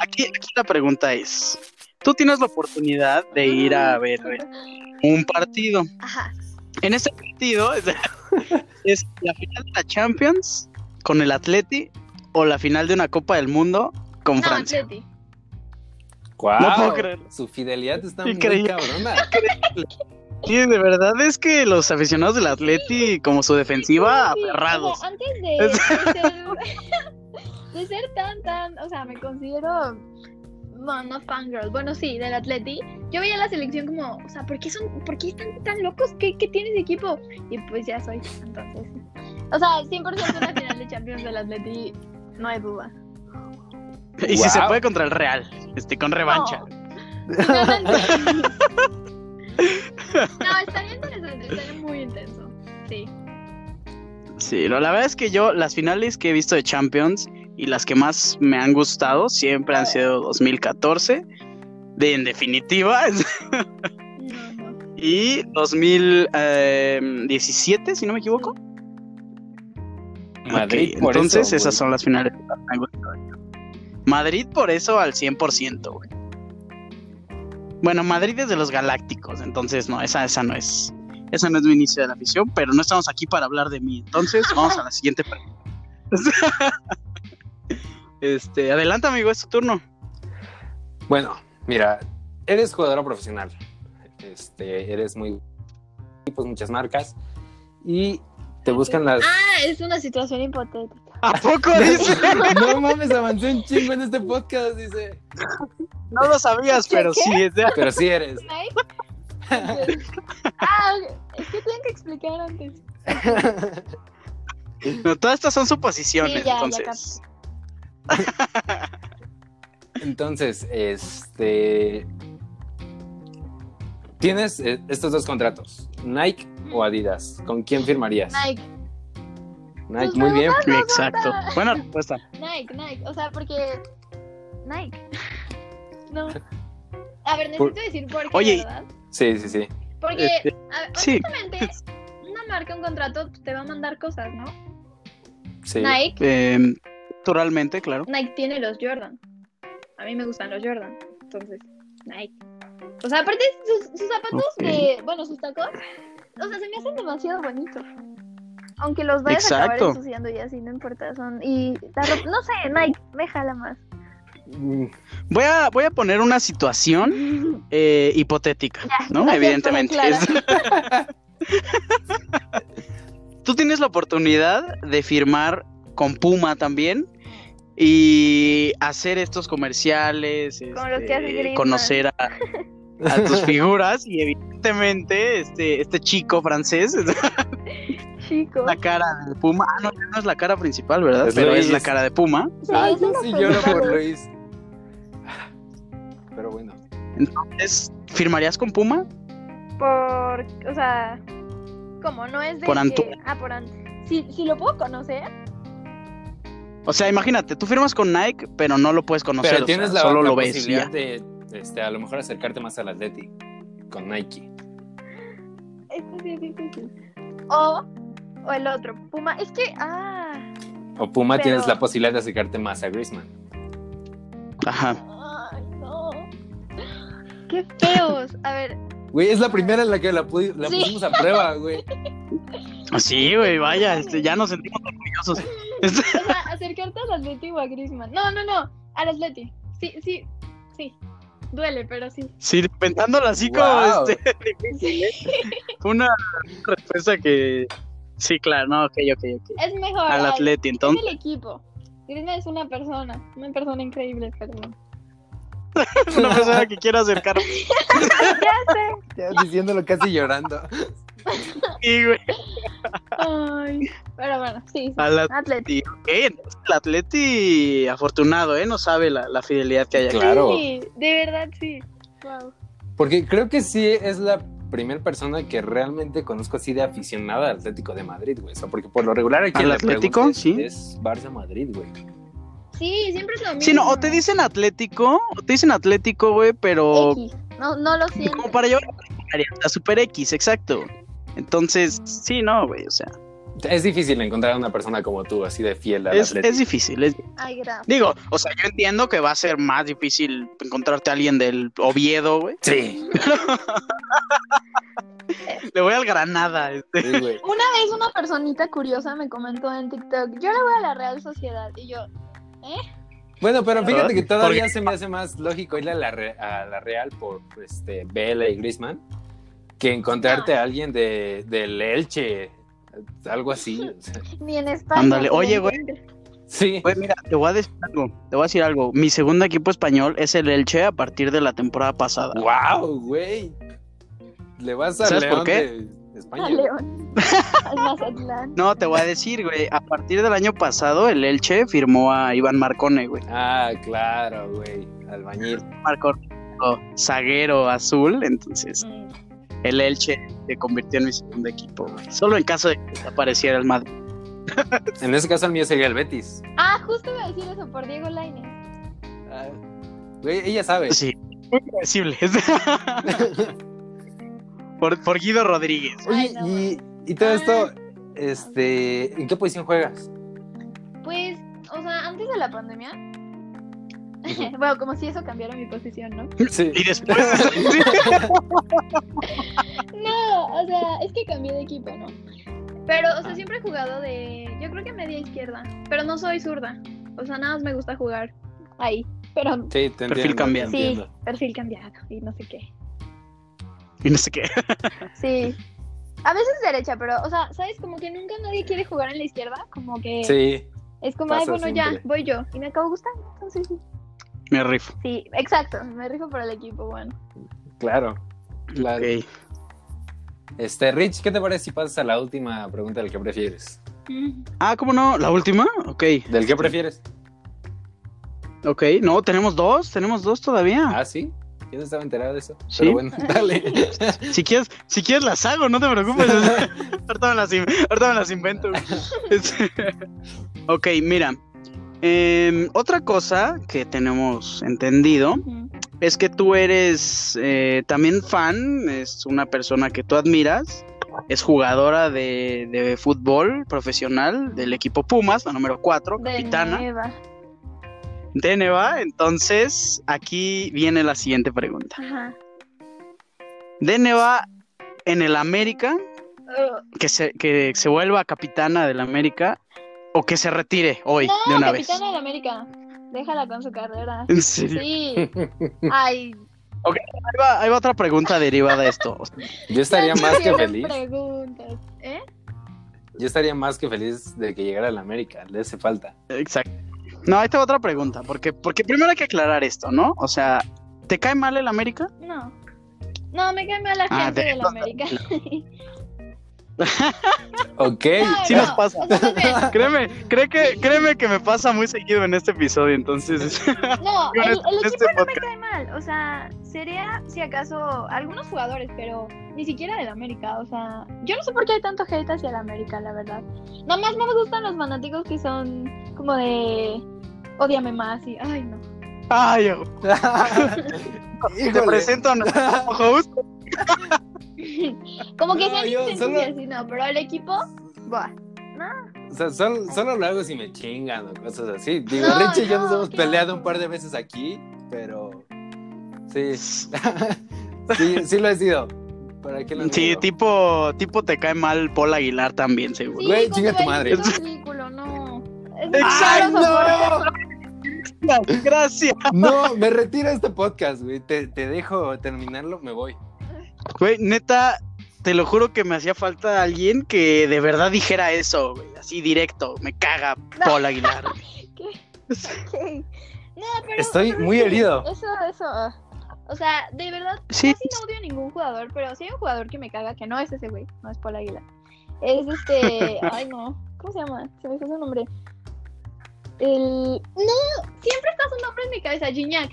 A: Aquí, aquí la pregunta es, tú tienes la oportunidad de ir
C: Ah.
A: a ver eh, un partido.
C: Ajá.
A: En este partido es, es la final de la Champions con el Atleti o la final de una Copa del Mundo con
C: No,
A: Francia.
C: Atleti.
B: ¡Guau!
A: No puedo creerlo.
B: Su fidelidad está muy
A: Increíble.
B: cabrona.
A: Sí, de verdad es que los aficionados del Atleti, como su defensiva,
C: Sí, o sea,
A: aferrados.
C: antes de, de ser, de ser tan, tan, o sea, me considero, no, no fangirl, bueno, sí, del Atleti, yo veía la selección como, o sea, ¿por qué, son, por qué están tan locos? ¿Qué, qué tiene ese equipo? Y pues ya soy, entonces, o sea, 100% la final de Champions del Atleti, no hay duda.
A: Y si se
B: Wow.
A: puede contra el Real, este, con revancha.
C: Finalmente. no, estaría interesante, estaría muy intenso, sí.
A: Sí, lo- la verdad es que yo las finales que he visto de Champions y las que más me han gustado siempre han sido 2014, de en definitiva,
C: No, no.
A: y 2017, si no me equivoco.
B: Madrid,
A: Ok,
B: por
A: entonces
B: eso,
A: esas
B: güey.
A: son las finales que más me han gustado. Madrid por eso al 100%, güey. Bueno, Madrid es de los Galácticos, entonces no, esa, esa no es. Esa no es mi inicio de la afición, pero no estamos aquí para hablar de mí. Entonces, vamos a la siguiente pregunta. este, adelante, amigo, es tu turno.
B: Bueno, mira, eres jugadora profesional. Este, eres muy pues muchas marcas y te buscan las
C: Ah, es una situación hipotética.
A: ¿A poco dice?
B: No mames, avancé un chingo en este podcast, dice.
A: No lo sabías, pero sí, es de-
B: Pero sí eres.
C: Mike. ah, ok. es que tienen que explicar antes.
A: no, todas estas son suposiciones,
C: Sí, ya, ya
A: entonces.
B: Entonces, este tienes eh, estos dos contratos, Nike o Adidas. ¿Con quién firmarías?
C: Nike, Pues,
B: Nike, muy bien.
A: Exacto. Buena respuesta.
C: Nike, Nike. O sea, porque. Nike. No. A ver, necesito
B: Por-
C: decir por qué,
A: Oye,
C: ¿verdad?
B: Sí, sí, sí.
C: Porque,
A: este,
C: a ver,
A: sí.
C: honestamente, una marca, un contrato, te va a mandar cosas, ¿no?
B: Sí.
C: Nike,
A: Eh, naturalmente, claro.
C: Nike tiene los Jordan. A mí me gustan los Jordan. Entonces, Nike. O sea, aparte, sus, sus zapatos
A: Ok.
C: de. Bueno, sus tacos. O sea, se me hacen demasiado bonitos. Aunque los vayas a
A: Exacto.
C: acabar ensuciando y así, no importa. Son. Y la ropa- No sé, Nike, me jala más.
B: Mm,
A: Voy a, voy a poner una situación eh, hipotética, ¿no?
C: gracias por
A: Evidentemente.
C: aclarar.
A: Tú tienes la oportunidad de firmar con Puma también y hacer estos comerciales, este,
C: Como los que hace Griezmann.
A: conocer a, a tus figuras y evidentemente este, este chico francés es
C: Chicos.
A: la cara de Puma. Ah, no, no es la cara principal, ¿verdad?
B: Es
A: Pero es
B: Luis.
A: la cara de Puma.
C: Sí,
B: Ay, yo
C: eso es
B: Ah, sí
C: lo
B: lloro por
C: principal.
B: Luis. Pero bueno.
A: Es- ¿Firmarías con Puma?
C: Por. O sea. Como no es de.
A: Por
C: que-
A: Antuna.
C: Ah, por Antuna. Si, si lo puedo conocer.
A: O sea, imagínate, tú firmas con Nike, pero no lo puedes conocer.
B: Pero
A: o sea,
B: tienes la,
A: solo
B: la
A: lo ves. y
B: posibilidad
A: ya.
B: de este, a lo mejor acercarte más al Atleti con Nike.
C: Esto sí es difícil. O. O el otro. Puma. Es que. Ah.
B: O Puma
C: Pero-
B: tienes la posibilidad de acercarte más a Griezmann.
A: Ajá.
C: Ay, no. Qué feos. A ver,
B: Güey, es la primera en la que la, pudi- la
C: Sí.
B: pusimos a prueba, güey.
A: Ah, Sí, güey, vaya, este, ya nos sentimos orgullosos. Este-
C: o sea, acercarte al Atleti o a Griezmann. No, no, no. Al Atleti. Sí, sí, sí. Duele, pero sí.
A: Sí, pentándolo así
B: Wow.
A: como este,
C: Sí.
A: una respuesta que. Sí, claro, no, ok, ok, ok.
C: Es mejor.
A: Al
C: ay,
A: atleti,
C: Es
A: entonces.
C: el equipo. Griezmann es una persona. Una persona increíble, perdón.
A: Es una persona que quiera acercarme.
C: Ya sé.
B: Ya diciéndolo casi llorando.
A: Sí, güey.
C: Ay, pero bueno, sí, sí.
A: Al
C: Atleti.
A: Atleti. ok, entonces el Atleti afortunado, ¿eh? No sabe la, la fidelidad que hay aquí.
B: Claro.
C: Sí, de verdad, sí. Wow.
B: Porque creo que sí es la primera persona que realmente conozco así de aficionada al Atlético de Madrid, güey. O sea, porque por lo regular aquí
A: ¿Al Atlético? Sí.
B: es Barça Madrid, güey.
C: Sí, siempre es lo mismo.
A: Sí, no, o te dicen Atlético, o te dicen Atlético, güey, pero
C: X. No, no lo siento.
A: como para llevar la Super X, exacto. Entonces, sí, no, güey, o sea,
B: Es difícil encontrar a una persona como tú, así de fiel al
A: es,
B: Atlético.
A: es difícil. es-
C: Ay, gracias.
A: digo, o sea, yo entiendo que va a ser más difícil encontrarte a alguien del Oviedo, güey.
B: Sí,
A: Le voy al Granada. este.
B: sí, güey.
C: Una vez una personita curiosa me comentó en TikTok, yo le voy a la Real Sociedad. Y yo,
B: Bueno, pero fíjate que
A: ¿Por
B: todavía se me hace más lógico ir a la, Re- a la Real por este, Vela y Griezmann que encontrarte a alguien de, del Elche, algo así. o sea.
C: ni en España.
A: Ándale,
C: se la
A: oye, güey.
C: encuentra".
B: Sí,
A: Güey, mira, te voy a decir algo, te voy a decir algo. Mi segundo equipo español es el Elche a partir de la temporada pasada.
B: wow, güey. Le vas a
A: ¿Sabes
B: León
A: por qué?
B: de España.
C: A León. Al Mazatlán.
A: No, te voy a decir, güey, a partir del año pasado el Elche firmó a Iván Marcone, güey.
B: Ah, claro, güey. Albañil.
A: Marcone, oh, zaguero azul, entonces
C: Mm.
A: el Elche se convirtió en mi segundo equipo, güey. Solo en caso de que desapareciera el Madrid.
B: En ese caso el mío sería el Betis.
C: Ah, justo iba a decir eso por Diego Lainez.
B: Ah, Güey, ella sabe.
A: Sí, muy predecible. por, por Guido Rodríguez.
B: Oye,
C: Ay, no,
B: y, y todo
C: Ah.
B: esto, este, ¿en qué posición juegas?
C: Pues, o sea, antes de la pandemia. bueno, como si eso cambiara mi posición, ¿no?
B: Sí.
A: Y después.
C: No, o sea, es que cambié de equipo, ¿no? Pero, o sea, siempre he jugado de. Yo creo que media izquierda. Pero no soy zurda. O sea, nada más me gusta jugar ahí. Pero
B: Sí, te
A: Perfil
B: entiendo,
A: cambiado.
B: te
C: sí,
B: entiendo.
C: perfil cambiado y no sé qué.
A: y no sé qué.
C: Sí. A veces derecha, pero, o sea, ¿sabes? Como que nunca nadie quiere jugar en la izquierda. Como que
B: Sí,
C: es como, ay,
B: pasa
C: bueno, ya,
B: siempre.
C: voy yo. Y me acabo gustando. Entonces, sí.
A: Me rifo.
C: Sí, exacto. Me rijo por el equipo, bueno.
B: claro. Claro.
A: Ok.
B: Este, Rich, ¿qué te parece si pasas a la última pregunta del que prefieres?
A: Ah, ¿cómo no? ¿La última? Ok.
B: ¿Del qué prefieres?
A: Ok. No, tenemos dos. Tenemos dos todavía.
B: Ah, sí. Yo no estaba enterado de eso.
A: Sí.
B: Pero bueno, dale.
A: Si quieres, si quieres las hago, no te preocupes. ahorita, me las, in- ahorita me las invento. Este, ok, mira. em, otra cosa que tenemos entendido es que tú eres eh, también fan, es una persona que tú admiras, es jugadora de, de fútbol profesional del equipo Pumas, la número 4,
C: De
A: capitana
C: nueva.
A: de Neva. Entonces, aquí viene la siguiente pregunta.
C: Ajá.
A: De Neva en el América,
C: Uh,
A: que se, que se vuelva capitana del América o que se retire hoy
C: Oh,
A: de una vez.
C: capitana del América. Déjala con su carrera.
A: En serio.
C: Sí. Ay.
A: Ahí va, ahí va otra pregunta derivada de esto. O sea,
B: Yo estaría
C: las
B: más que
C: primeras
B: feliz.
C: preguntas, ¿eh?
B: Yo estaría más que feliz de que llegara a la América. Le hace falta.
A: Exacto. No, ahí te va otra pregunta, porque, porque primero hay que aclarar esto, ¿no? O sea, ¿te cae mal el América?
C: No. No, me cambió la
A: Ah,
C: gente
A: de-
C: del América.
B: Ok.
A: Sí
C: no,
A: nos pasa.
C: o sea, más bien,
A: Créeme, cree que, créeme que me pasa muy seguido en este episodio, entonces.
C: no,
A: Yo en
C: el,
A: este-
C: el
A: en
C: equipo
A: este
C: no me
A: podcast.
C: cae mal. O sea, sería si acaso algunos jugadores, pero ni siquiera del América. O sea, yo no sé por qué hay tanto hate hacia el América, la verdad. Nada más no me gustan los fanáticos que son como de. Odiame más y. Ay, no.
A: Ay, ojo, te
B: Híjole.
A: presento a nuestro host.
C: Como que
B: No,
C: sean
B: yo
C: intensos y
B: solo-
C: así, no, pero el equipo. buah.
B: O sea, solo, solo lo hago si me chingan o cosas así. Digo,
C: No,
B: Richie y yo
C: no,
B: nos hemos
C: qué
B: peleado
C: asco.
B: un par de veces aquí, pero. Sí. sí, sí lo he sido. ¿Para qué lo
A: Sí,
B: niego?
A: tipo, tipo te cae mal Paul Aguilar también, seguro.
C: Sí,
B: Güey,
C: con
B: chinga tu
C: el
B: madre.
C: equipo ridículo, no. Es muy
A: ¡Exacto!
C: malo,
A: Gracias.
B: No, me retiro este podcast, güey. Te, te dejo terminarlo, me voy.
A: Güey, neta, te lo juro que me hacía falta alguien que de verdad dijera eso, güey, así directo. Me caga Paul Aguilar. güey.
C: soporto. Ok. No, pero-
B: Estoy
C: pero
B: muy
C: sí,
B: herido.
C: Eso, eso. ah. O O sea, de verdad,
A: Sí.
C: casi no odio a ningún jugador, pero sí hay un jugador que me caga, que no es ese güey, no es Paul Aguilar. Es este. Ay, no. ¿Cómo se llama? Se me fue su nombre. El. No, siempre está su nombre en mi cabeza, Gignac.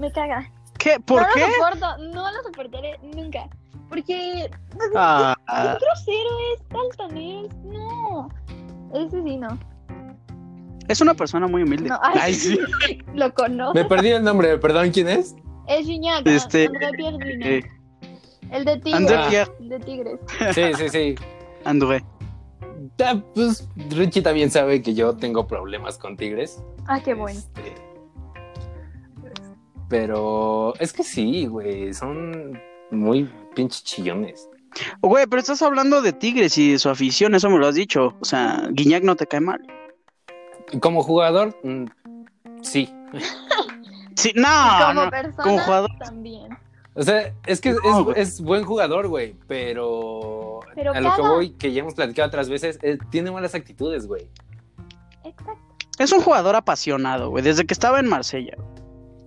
C: Me caga.
A: ¿Qué? ¿Por
C: no
A: qué?
C: lo soporto, no lo soportaré nunca. Porque pues,
A: Ah,
C: es grosero, es altanero, es- no. Ese sí, no.
A: es una persona muy humilde.
C: No, ay.
A: ay, sí.
C: Lo conozco.
B: Me perdí el nombre, perdón, ¿quién es?
C: Es Gignac.
A: Este,
C: André Pierre Gignac.
A: Eh,
C: El de Tigres.
A: André
B: Ah.
A: Pierre
C: El de Tigres.
B: Sí, sí, sí.
A: André.
B: Ya, pues Richie también sabe que yo tengo problemas con tigres.
C: Ah, qué bueno.
B: Este, pero es que sí, güey, son muy pinche chillones.
A: Oh, Güey, pero estás hablando de Tigres y de su afición, eso me lo has dicho. O sea, Guiñac no te cae mal.
B: Como jugador, mm, sí.
A: Sí,
C: Y
A: no,
C: como
A: Ah, no.
C: persona
A: como jugador.
C: también.
B: O sea, es que
A: No,
B: es-
A: güey.
B: es, buen jugador, güey, pero,
C: Pero
B: a lo que
C: caga.
B: voy, que ya hemos platicado otras veces, eh, tiene malas actitudes, güey.
C: Exacto.
A: Es un jugador apasionado, güey, desde que estaba en Marsella.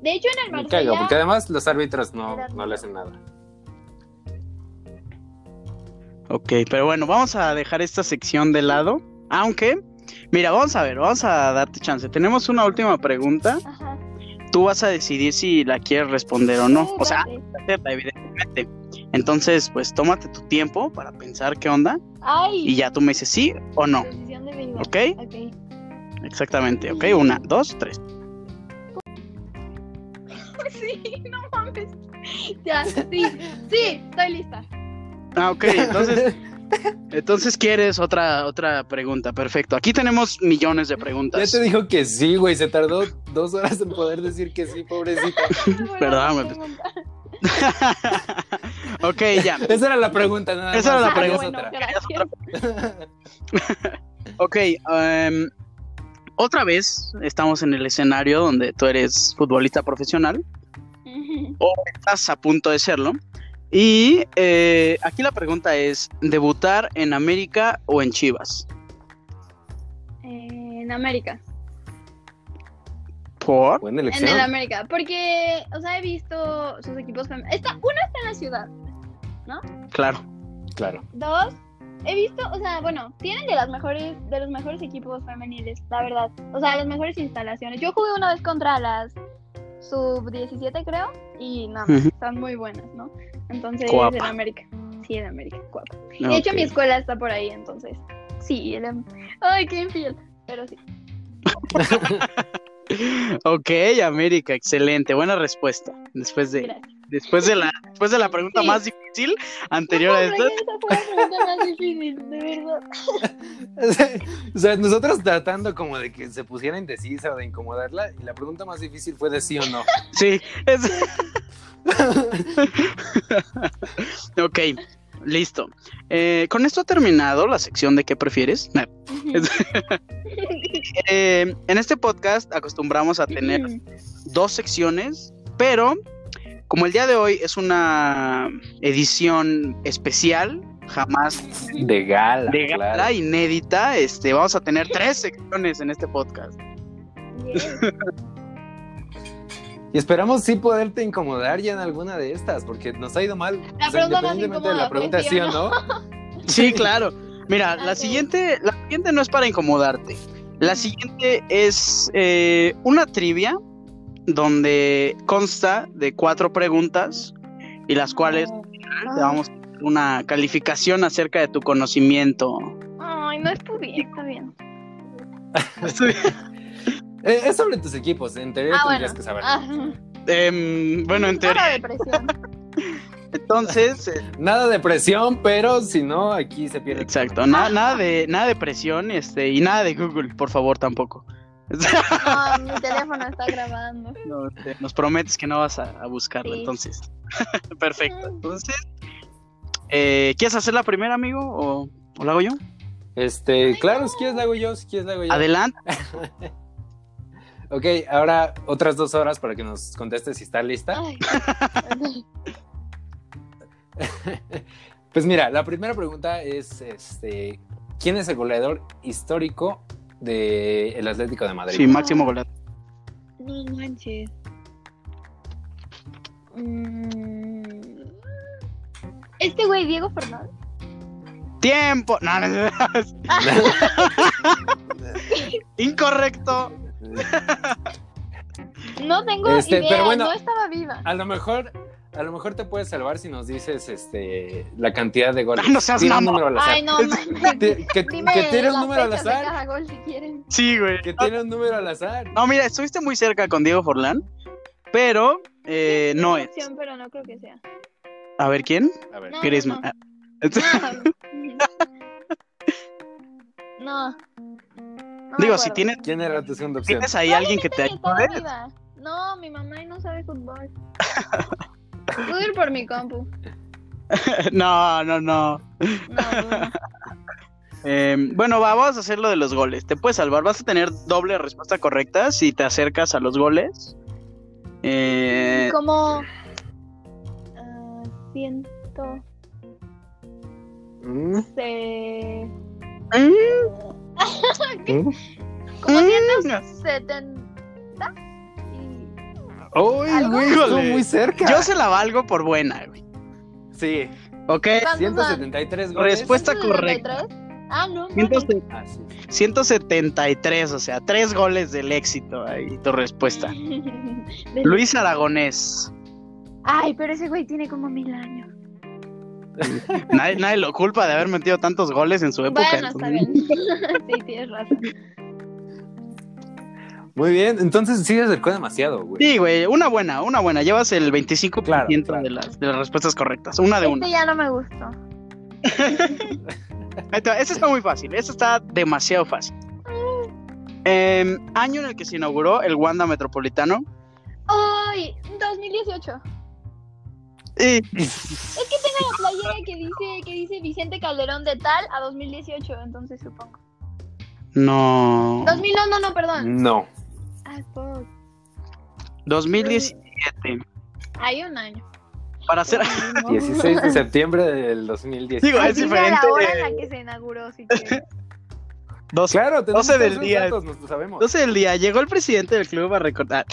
C: De hecho, en el
B: Me cago,
C: Marsella,
B: porque además los árbitros no,
C: Era-
B: no le hacen nada.
A: Ok, pero bueno, vamos a dejar esta sección de lado. Aunque, mira, vamos a ver, vamos a darte chance. Tenemos una última pregunta.
C: Ajá.
A: Tú vas a decidir si la quieres responder o no.
C: Sí,
A: O sea,
C: dale.
A: acepta, evidentemente. Entonces, pues tómate tu tiempo para pensar qué onda
C: Ay.
A: y ya tú me dices sí o no.
C: Decisión de vida.
A: ¿Ok?
C: Ok.
A: Exactamente, ok. Una, dos, tres.
C: Sí, no mames. Ya, sí. Sí, estoy lista.
A: Ah, ok. Entonces, entonces quieres otra, otra pregunta. Perfecto. Aquí tenemos millones de
B: ya
A: preguntas.
B: te dijo que sí, güey, se tardó dos horas en poder decir que sí, pobrecita.
A: Perdón,
C: Bueno,
A: me-
C: pregunta.
A: ok, ya.
B: Esa era la pregunta, nada
A: Esa era
B: más,
A: la
B: es
C: Ah,
A: pregunta.
C: bueno,
B: otra.
C: gracias.
A: Ok, em, otra vez estamos en el escenario donde tú eres futbolista profesional,
C: Ujú.
A: estás a punto de serlo. Y eh, aquí la pregunta es, ¿debutar en América o en Chivas?
C: Eh, En América.
A: ¿Por?
B: Buena
C: En
B: elección.
C: el América. Porque, o sea, he visto sus equipos. fem- Está, uno está en la ciudad.
A: Claro.
B: Claro.
C: Dos, he visto, o sea, bueno, tienen de las mejores, de los mejores equipos femeniles, la verdad. O sea, las mejores instalaciones. Yo jugué una vez contra las sub 17 creo, y no,
A: Ujú.
C: están muy buenas, ¿no? Entonces,
A: Guapa.
C: en América. Sí, en América, guapa. De hecho,
A: Ok.
C: mi escuela está por ahí, entonces. Sí, el em- Ay, qué infiel. Pero sí.
A: Ok, América, excelente, buena respuesta. Después de,
C: Gracias.
A: después de la, después de la pregunta
C: Sí.
A: más difícil anterior a
C: No,
A: esta.
C: hombre, esa fue la pregunta más difícil, de verdad.
B: o sea, nosotros tratando como de que se pusiera indecisa o de incomodarla, y la pregunta más difícil fue de sí o no.
A: Sí, es- ok, listo. Eh, con esto ha terminado la sección de qué prefieres. Nah, eh, en este podcast acostumbramos a tener dos secciones, pero como el día de hoy es una edición especial, jamás
B: De gala.
A: de gala,
B: claro.
A: inédita, este, vamos a tener tres secciones en este podcast.
C: Yes.
B: Y esperamos sí poderte incomodar ya en alguna de estas, porque nos ha ido mal.
C: La pregunta más
B: independientemente de
C: incómoda
B: la
C: fue
B: pregunta
C: sí
B: sí
C: o
B: o no.
A: Sí, claro. Mira,
C: Ok.
A: la siguiente, la siguiente no es para incomodarte. La siguiente es eh, una trivia donde consta de cuatro preguntas y las cuales
C: Ah.
A: te vamos a dar una calificación acerca de tu conocimiento.
C: Ay, no estudié, está bien.
B: Eh, es sobre tus equipos, en teoría
C: Ah,
B: tendrías
C: bueno.
B: que saber.
C: Ah.
A: Em, bueno, en teoría,
C: Ahora depresión.
A: entonces, eh,
B: Nada de presión, pero si no, aquí se pierde.
A: exacto, na- nada de nada de presión, este, y nada de Google, por favor, tampoco.
C: No, mi teléfono está grabando.
A: No, te- nos prometes que no vas a, a buscarlo,
C: Sí.
A: entonces. Perfecto. Entonces, eh, ¿quieres hacer la primera, amigo? ¿O, o la hago yo?
B: Este, claro, si quieres la hago yo, si quieres la hago yo.
A: Adelante.
B: Ok, ahora otras dos horas para que nos contestes si está lista.
C: Ay.
B: Pues mira, la primera pregunta es, este, ¿quién es el goleador histórico del Atlético de Madrid?
A: Sí, máximo goleador.
C: No manches. Mm. Este güey, Diego Fernández.
A: ¡Tiempo! No, no, no, no. Incorrecto.
C: No tengo
B: Este,
C: idea,
B: pero bueno. ah,
C: no estaba viva.
B: A lo mejor, a lo mejor te puedes salvar si nos dices este la cantidad de goles.
A: Ah, no seas
B: Tira un
A: mamón.
B: número al azar.
C: Ay, no, mames.
B: Ti- Que,
C: Dime
B: que tire un
C: las
B: número al
C: fechas de
B: azar.
C: cada gol si quieren.
A: Sí, güey.
B: Que tire un número al azar.
A: No, mira, estuviste muy cerca con Diego Forlán, pero eh, no es.
C: Opción, pero no creo que sea.
A: A ver, ¿quién?
B: A ver.
C: No,
A: Griezmann.
C: no,
A: Ah, este-
C: No. No me
A: Digo, si
C: acuerdo.
A: tienes,
B: ¿Quién era tu segunda opción?
A: tienes ahí alguien que te
C: Sí, estaba
A: ayude,
C: viva. No, mi mamá no sabe fútbol. Puedo ir por mi compu.
A: no, no, no.
C: No, no.
A: Eh, bueno, va, vamos a hacer lo de los goles. Te puedes salvar, vas a tener doble respuesta correcta si te acercas a los goles. Eh,
C: Como. ah, ciento.
B: Mm,
C: se-
A: mm,
B: mm.
C: Como
A: mm.
C: 170. Y.
B: ¡Uy,
C: ¿Algo?
B: güey! Estuvo
A: Híjole.
B: muy cerca.
A: Yo se la valgo por buena, güey.
B: Sí.
A: ¿Ok?
C: ¿Cuántos van?
B: 173 goles.
A: Respuesta- Está correcta.
C: 173. Ah, no. no, no.
A: 100-
B: Ah, sí, sí.
A: 173, o sea, tres goles del éxito ahí, tu respuesta. Luis Aragonés.
C: Ay, pero ese güey tiene como mil años.
A: Nadie, nadie lo culpa de haber metido tantos goles en su época.
C: Bueno, está bien. sí, tienes razón.
B: Muy bien. Entonces sí se acercó demasiado, güey.
A: Sí, güey, una buena, una buena. Llevas el 25%
B: Claro, claro.
A: De, las, de las respuestas correctas. Una de una.
C: Este ya no me gustó.
A: Ahí te va, Esta está muy fácil, esta está demasiado fácil. Em, año en el que se inauguró el Wanda Metropolitano.
C: ¡Ay! 2018.
A: Y
C: Es que tengo la playera que dice, que dice Vicente Calderón de tal a 2018, entonces supongo.
A: no.
C: 2000, no, no, no,
A: Mm.
C: perdón.
B: No.
C: Ah, fuck.
A: 2017.
C: Hay un año.
A: Para ser.
B: 16 de septiembre del 2010.
A: Digo,
C: Ay,
A: es
C: dime
A: diferente.
C: la hora en
A: de
C: la que se inauguró, si quieres.
A: dos-
B: Claro, tenemos
A: 12 del
B: todos los
A: día.
B: datos, nos lo sabemos.
A: Entonces el día llegó el presidente del club a recortar.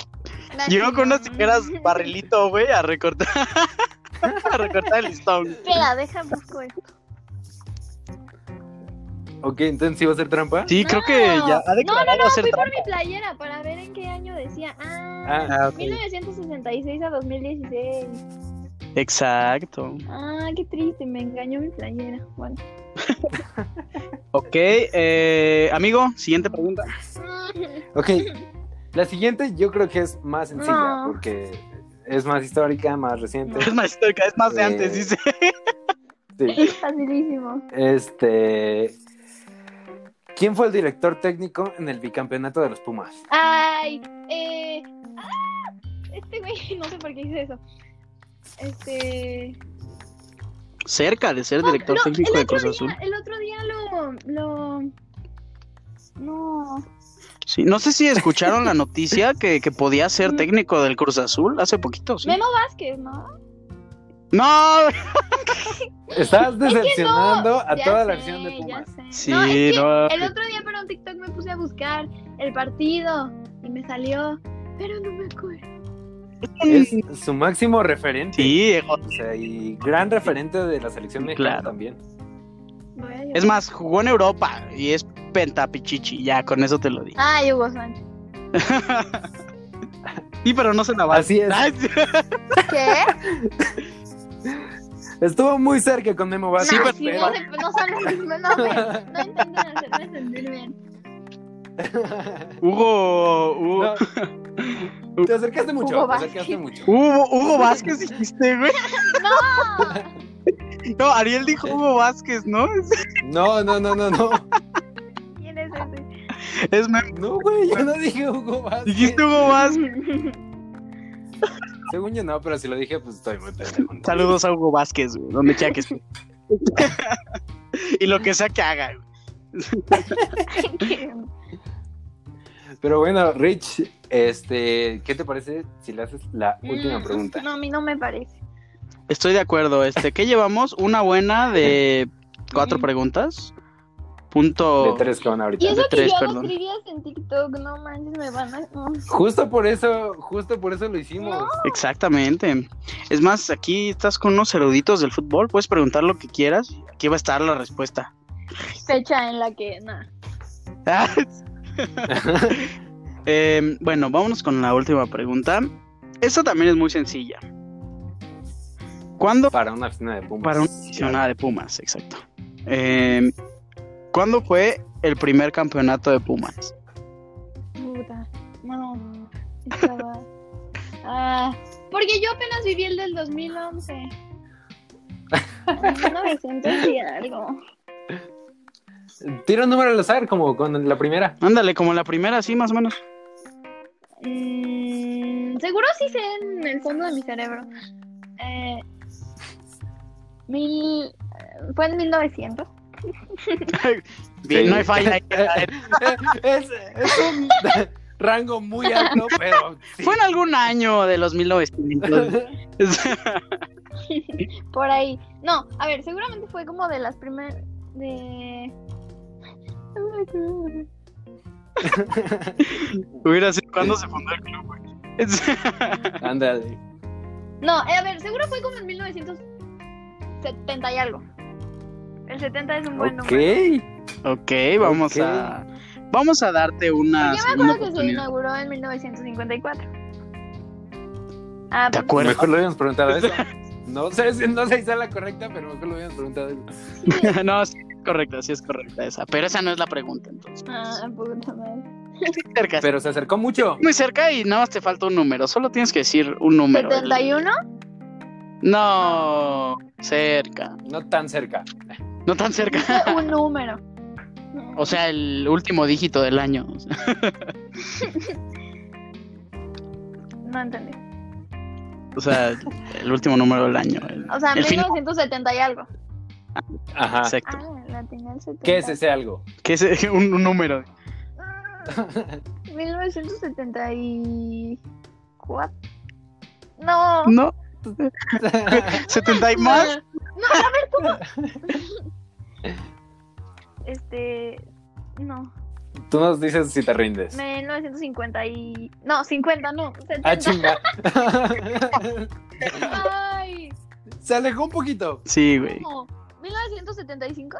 A: Llegó con unas tijeras barrilito, güey, a recortar. a recortar el listón.
C: Espera, deja busco esto.
B: Ok, entonces sí va a ser trampa.
A: Sí, creo que ya ha
C: No, no,
A: declarado
C: no,
A: ser
C: fui por
A: trampa.
C: mi playera para ver en qué año decía. Ah,
B: Ah,
A: Ah, ok.
C: 1966 a 2016.
A: Exacto.
C: Ah, qué triste, me engañó mi playera. Bueno.
A: Ok, eh, amigo, siguiente pregunta.
B: ok. La siguiente yo creo que es más sencilla
C: No.
B: porque es más histórica, más reciente.
A: Es más histórica, es más de
B: Eh,
A: antes, dice.
B: Sí.
C: Facilísimo.
B: Este. ¿Quién fue el director técnico en el bicampeonato de los Pumas?
C: Ay, eh. ah, este güey, no sé por qué hice eso. Este.
A: Cerca de ser
C: no,
A: director
C: no,
A: técnico
C: el
A: de
C: otro
A: Cruz Azul.
C: día- El otro día lo. lo... No.
A: Sí, no sé si escucharon la noticia que, que podía ser técnico del Cruz Azul hace poquito, ¿sí?
C: Memo Vázquez, ¿no?
A: No,
B: Estás decepcionando a
C: Ya
B: toda
C: sé,
B: la acción de
C: ya
B: Pumas.
C: sé.
A: Sí,
C: No, es que
A: no.
C: El otro día para un TikTok me puse a buscar el partido y me salió. Pero no me acuerdo. Mm.
B: Es su máximo referente.
A: Sí, Diego.
B: O sea, y gran referente de la selección mexicana
A: Claro.
B: también.
C: Voy a
A: es
C: llorar.
A: más, jugó en Europa y es pentapichichi, ya con eso te lo digo.
C: Ay, Hugo Sánchez.
A: Sí, pero no se la va.
B: Así es.
A: Ay,
C: ¿Qué?
B: Estuvo muy cerca con Memo Vázquez.
C: Nah,
A: pero-
C: sí, no, se- no son las mismas. No, me, no intentan hacerme sentir bien.
A: Hugo, Hugo,
B: No, te acercaste mucho,
C: Hugo
B: te acercaste
C: Vázquez.
B: mucho.
A: Hugo, Hugo Vázquez dijiste, güey.
C: Ah,
A: No, Ariel dijo Hugo Vázquez, ¿no? Es,
B: No, no, no, no, no.
C: ¿Quién es ese?
A: es meme.
B: No, güey, yo no dije Hugo Vázquez.
A: Dijiste Hugo Vázquez.
B: Según yo no, pero si lo dije, pues estoy muy pendejo.
A: Saludos a Hugo Vázquez, güey, donde quiera que esté. y lo que sea que haga, güey.
B: Pero bueno, Rich, este, ¿qué te parece si le haces la última
C: Mm,
B: pregunta?
C: No, a mí no me parece.
A: Estoy de acuerdo. Este, ¿qué llevamos? Una buena de cuatro
C: Mm.
A: preguntas. junto...
B: De tres que van ahorita.
C: Y eso
A: de
C: que
A: tres,
C: yo hago
A: perdón.
C: trivias en TikTok, no manches, me van a... no.
B: Justo por eso, justo por eso lo hicimos.
C: No.
A: Exactamente. Es más, aquí estás con unos eruditos del fútbol, puedes preguntar lo que quieras, aquí va a estar la respuesta.
C: Fecha en la que, nada.
A: Eh, bueno, vámonos con la última pregunta. Esta también es muy sencilla. ¿Cuándo
B: Para una aficionada de Pumas.
A: para una aficionada de Pumas? Exacto. Eh, ¿Cuándo fue el primer campeonato de Pumas?
C: Puta, no, estaba... Ah, porque yo apenas viví el del 2011. En 1900 y algo.
B: Tira un número al azar, como con la primera.
A: Ándale, como la primera, sí, más o menos.
C: Mm, seguro sí sé en el fondo de mi cerebro. Eh, mil, fue en 1900.
A: Bien,
B: Sí.
A: no hay falla. ahí. eh,
B: es, es un rango muy alto, pero. sí.
A: Fue en algún año de los 1900.
C: Por ahí. No, a ver, seguramente fue como de las primeras. De.
A: Hubiera sido cuando se fundó el club, güey.
B: Ándale.
C: No, eh, a ver, seguro fue como en 1970 y algo. El 70 es un buen
B: ok.
C: número.
A: ok, vamos
B: Ok.
A: a. Vamos a darte
B: Ah,
A: una.
C: Yo me
A: segunda
C: acuerdo que se
A: oportunidad.
C: inauguró en 1954. Ah,
A: ¿Te
C: pues,
A: acuerdas?
B: Mejor lo habíamos preguntado eso. No sé, si- no sé si sea la correcta, pero mejor lo habíamos preguntado eso.
C: sí.
A: no, sí es correcta, sí es correcta esa. Pero esa no es la pregunta, entonces.
C: Ah, puta madre.
A: Muy cerca,
B: Pero se acercó mucho.
A: muy cerca y nada más te falta un número. Solo tienes que decir un número.
C: ¿71?
A: No, cerca.
B: No tan cerca.
A: No tan cerca.
C: Fue un número.
A: O sea, el último dígito del año. o sea.
C: No entendí.
A: O sea, el último número del año. el-
C: O sea,
A: el final.
C: 1970 y algo.
B: Ajá.
A: Exacto.
C: Ah, la tenía el 70.
B: ¿Qué es ese algo?
A: Que es eh, un, un número.
C: Ah, 1974. No.
A: No, 70 y más.
C: No, a ver, ¿cómo? Este. No.
B: Tú nos dices si te rindes.
C: 1950 y. No, 50, no.
B: Ah,
C: 70.
B: chinga.
C: Ay.
B: se alejó un poquito.
A: Sí, güey.
C: ¿cómo? 1975.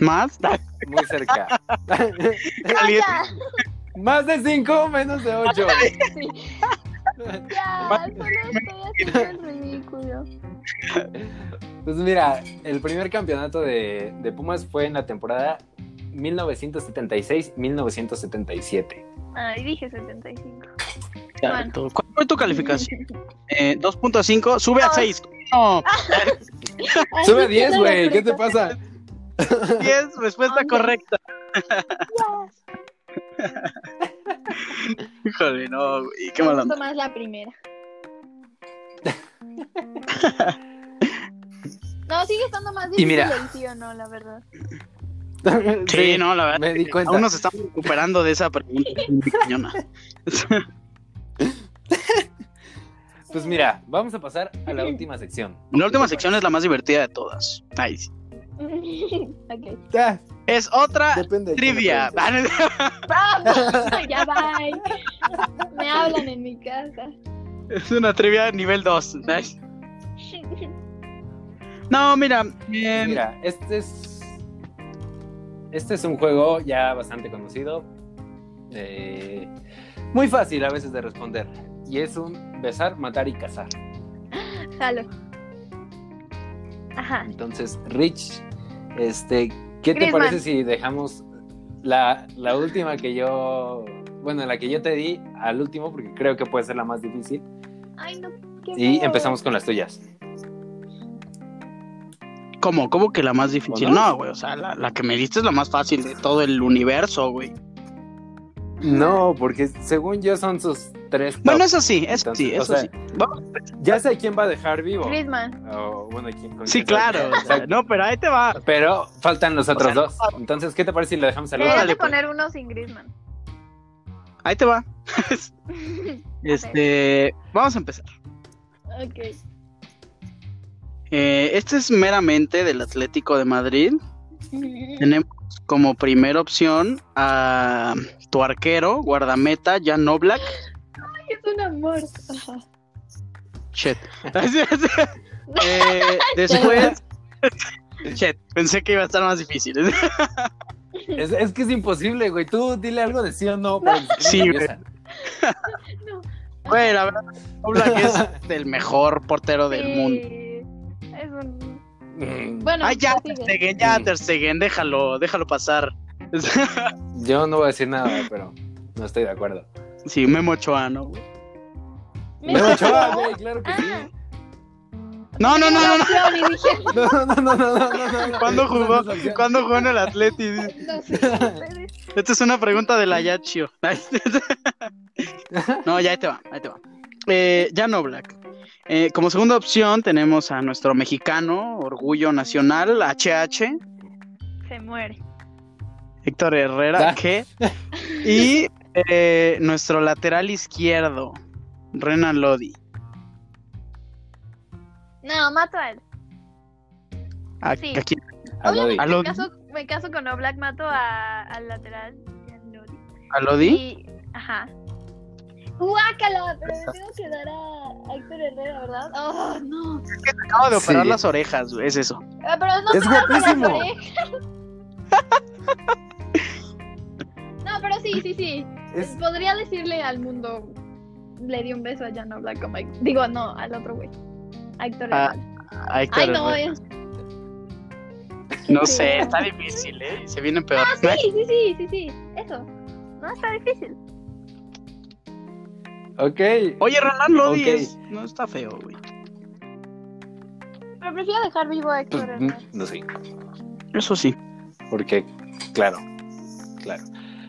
A: ¿Más?
B: Muy cerca.
C: No,
A: Caliente.
C: Ah, ya.
B: Más de 5, menos de 8.
C: Sí, ya. Solo estoy haciendo el ridículo.
B: Pues mira, el primer campeonato de, de Pumas fue en la temporada 1976-1977.
C: Ay, dije 75.
A: Exacto. ¿Cuál fue tu calificación? Eh, 2.5, sube a 6. No,
C: Ay,
B: Sube
C: sí,
B: 10,
C: no lo
B: güey. ¿Qué te
C: creo.
B: pasa?
A: 10, respuesta
C: Once.
A: correcta.
C: Ya.
A: Híjole, no, güey, qué
C: Me
A: mala
C: gustó más la primera. no, sigue estando más difícil
B: mira.
C: el sí o no, la verdad.
A: Sí, no, la verdad.
B: Me di cuenta.
A: Aún nos estamos recuperando de esa pregunta. cañona.
B: Pues mira, vamos a pasar a la última sección.
A: la última sección es la más divertida de todas. Ay, sí.
C: ok.
B: Ah,
A: Es otra
B: depende. Pues, de quién le
A: trivia.
B: preguntes.
C: ¡Vamos! ya bye. Me hablan en mi casa.
A: Es una trivia nivel 2. No, mira. eh,
B: Mira, este es. Este es un juego ya bastante conocido. eh, muy fácil a veces de responder. Y es un besar, matar y cazar.
C: Jalo. Ajá.
B: Entonces, Rich, este, ¿qué te
C: Griezmann.
B: parece si dejamos la, la última que yo. Bueno, la que yo te di al último, porque creo que puede ser la más difícil.
C: Ay, no. qué
B: Y
C: feo.
B: empezamos con las tuyas.
A: ¿Cómo? ¿Cómo que la más difícil?
B: ¿O no?
A: No, güey. O sea, la, la que me diste es la más fácil de todo el universo, güey.
B: No, porque según yo son sus tres.
A: Bueno,
B: tops.
A: eso sí, eso
B: Entonces,
A: sí,
B: o
A: eso
B: sea,
A: sí. Vamos-
B: Ya sé quién va a dejar vivo.
C: Griezmann.
B: O, bueno, ¿quién- con
A: Sí,
B: quién sabe?
A: claro. o sea,
B: Exacto.
A: no, pero ahí te va.
B: Pero faltan los otros
A: O sea,
B: dos. Entonces, ¿qué te parece si lo dejamos al
A: Órale,
C: Deberías
B: último?
C: de
A: pues.
C: poner uno sin Griezmann.
A: Ahí te va. Este, vamos a empezar.
C: ok.
A: Eh, este es meramente del Atlético de Madrid. Tenemos como primera opción a tu arquero, guardameta, Jan Oblak.
C: Ay, es un amor. Ajá.
A: Shit. Eh, después. Shit, pensé que iba a estar más difícil.
B: Es, es que es imposible, güey. Tú dile algo de sí o no. pero
A: Sí,
B: empieza.
A: güey. Güey, la verdad, Oblak es el mejor portero del mundo.
C: Sí, Eh, Es un...
B: Mm,
C: Bueno,
A: Ay, ya,
C: la
A: Ter
C: sigue.
A: Stegen, ya,
B: Mm.
A: Ter Stegen, déjalo, déjalo pasar.
B: Yo no voy a decir nada, pero no estoy de acuerdo.
A: Sí, Memo Ochoa, ¿no? güey?
B: Memo Ochoa, güey, claro que sí.
C: Ah,
A: No, no, no, no, no.
C: opción, y dije,
B: No, no, no, no, no, no, no.
A: ¿Cuándo jugó,
B: Esa no es opción.
A: ¿Cuándo jugó en el Atleti?
C: no sé, ustedes.
A: Esta es una pregunta de la Yachio. No, ya ahí te va, ahí te va. Eh, Jan Oblak. Eh, como segunda opción tenemos a nuestro mexicano, orgullo nacional, HH,
C: se muere.
A: Héctor Herrera,
B: Ah.
A: que y eh, nuestro lateral izquierdo, Renan Lodi.
C: No, mato a él.
A: ¿A,
C: Sí.
A: a quién?
B: A Lodi.
A: ¿A Lodi?
C: Me caso, me caso con Oblak, mato a, al lateral. y al Lodi.
A: ¿A Lodi?
C: Y, ajá. Guácala, pero me tengo que dar a Héctor Herrera, ¿verdad? Oh, no.
A: Acaba de operar
B: Sí.
A: las orejas, güey, es eso.
C: Ah, Pero no
B: Es
C: se va para las
B: guapísimo.
C: orejas. No, pero sí, sí, sí.
B: Es-
C: Podría decirle al mundo, le di un beso a Jan Oblak como Héctor- Digo, no, al otro güey. A Héctor
A: Ah,
C: Herrera.
A: A Héctor
C: Ay, no,
A: Herrera.
C: es...
A: No sé, está difícil, ¿eh? Se viene peor.
C: Ah, Sí, sí, sí, sí, sí. Eso. No está difícil.
B: Ok.
A: Oye, Renan Lodi
B: Ok.
A: es- no está feo, güey.
C: Pero prefiero dejar vivo a este
B: Pues,
C: Héctor
B: mm,
C: Herrera.
B: no sé.
A: Eso sí.
B: Porque, claro. Claro.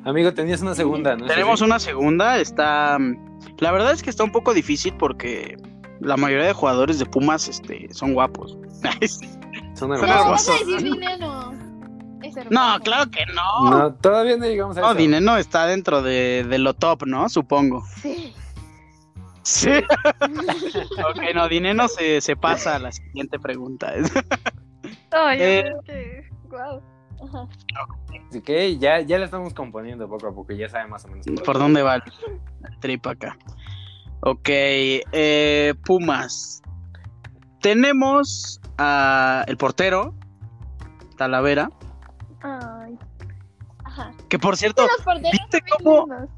B: Amigo, tenías una segunda, ¿no?
A: Tenemos una segunda, está... mm, La verdad es que está un poco difícil porque la mayoría de jugadores de Pumas este, son guapos.
B: una. Son
C: No,
A: Son
B: hermosos.
C: vas a
A: hermosos.
C: decir dinero. Es hermoso.
A: No, claro que no. No,
B: No, todavía no llegamos a eso.
A: Dineno está dentro de, de lo top, ¿no? Supongo.
C: Sí.
A: Sí. ok, no, Dineno se, se pasa a la siguiente pregunta.
C: Ay,
A: Eh.
C: es que... Guau. Ajá.
B: Ok, ya, ya la estamos componiendo poco a poco, ya sabe más o menos.
A: ¿Por dónde va el trip acá? Ok, eh, Pumas. Tenemos a el portero, Talavera,
C: Ay. Ajá.
A: que por
C: Que
A: cierto,
C: los porteros
A: ¿viste
C: son bien
A: cómo?
C: lindos.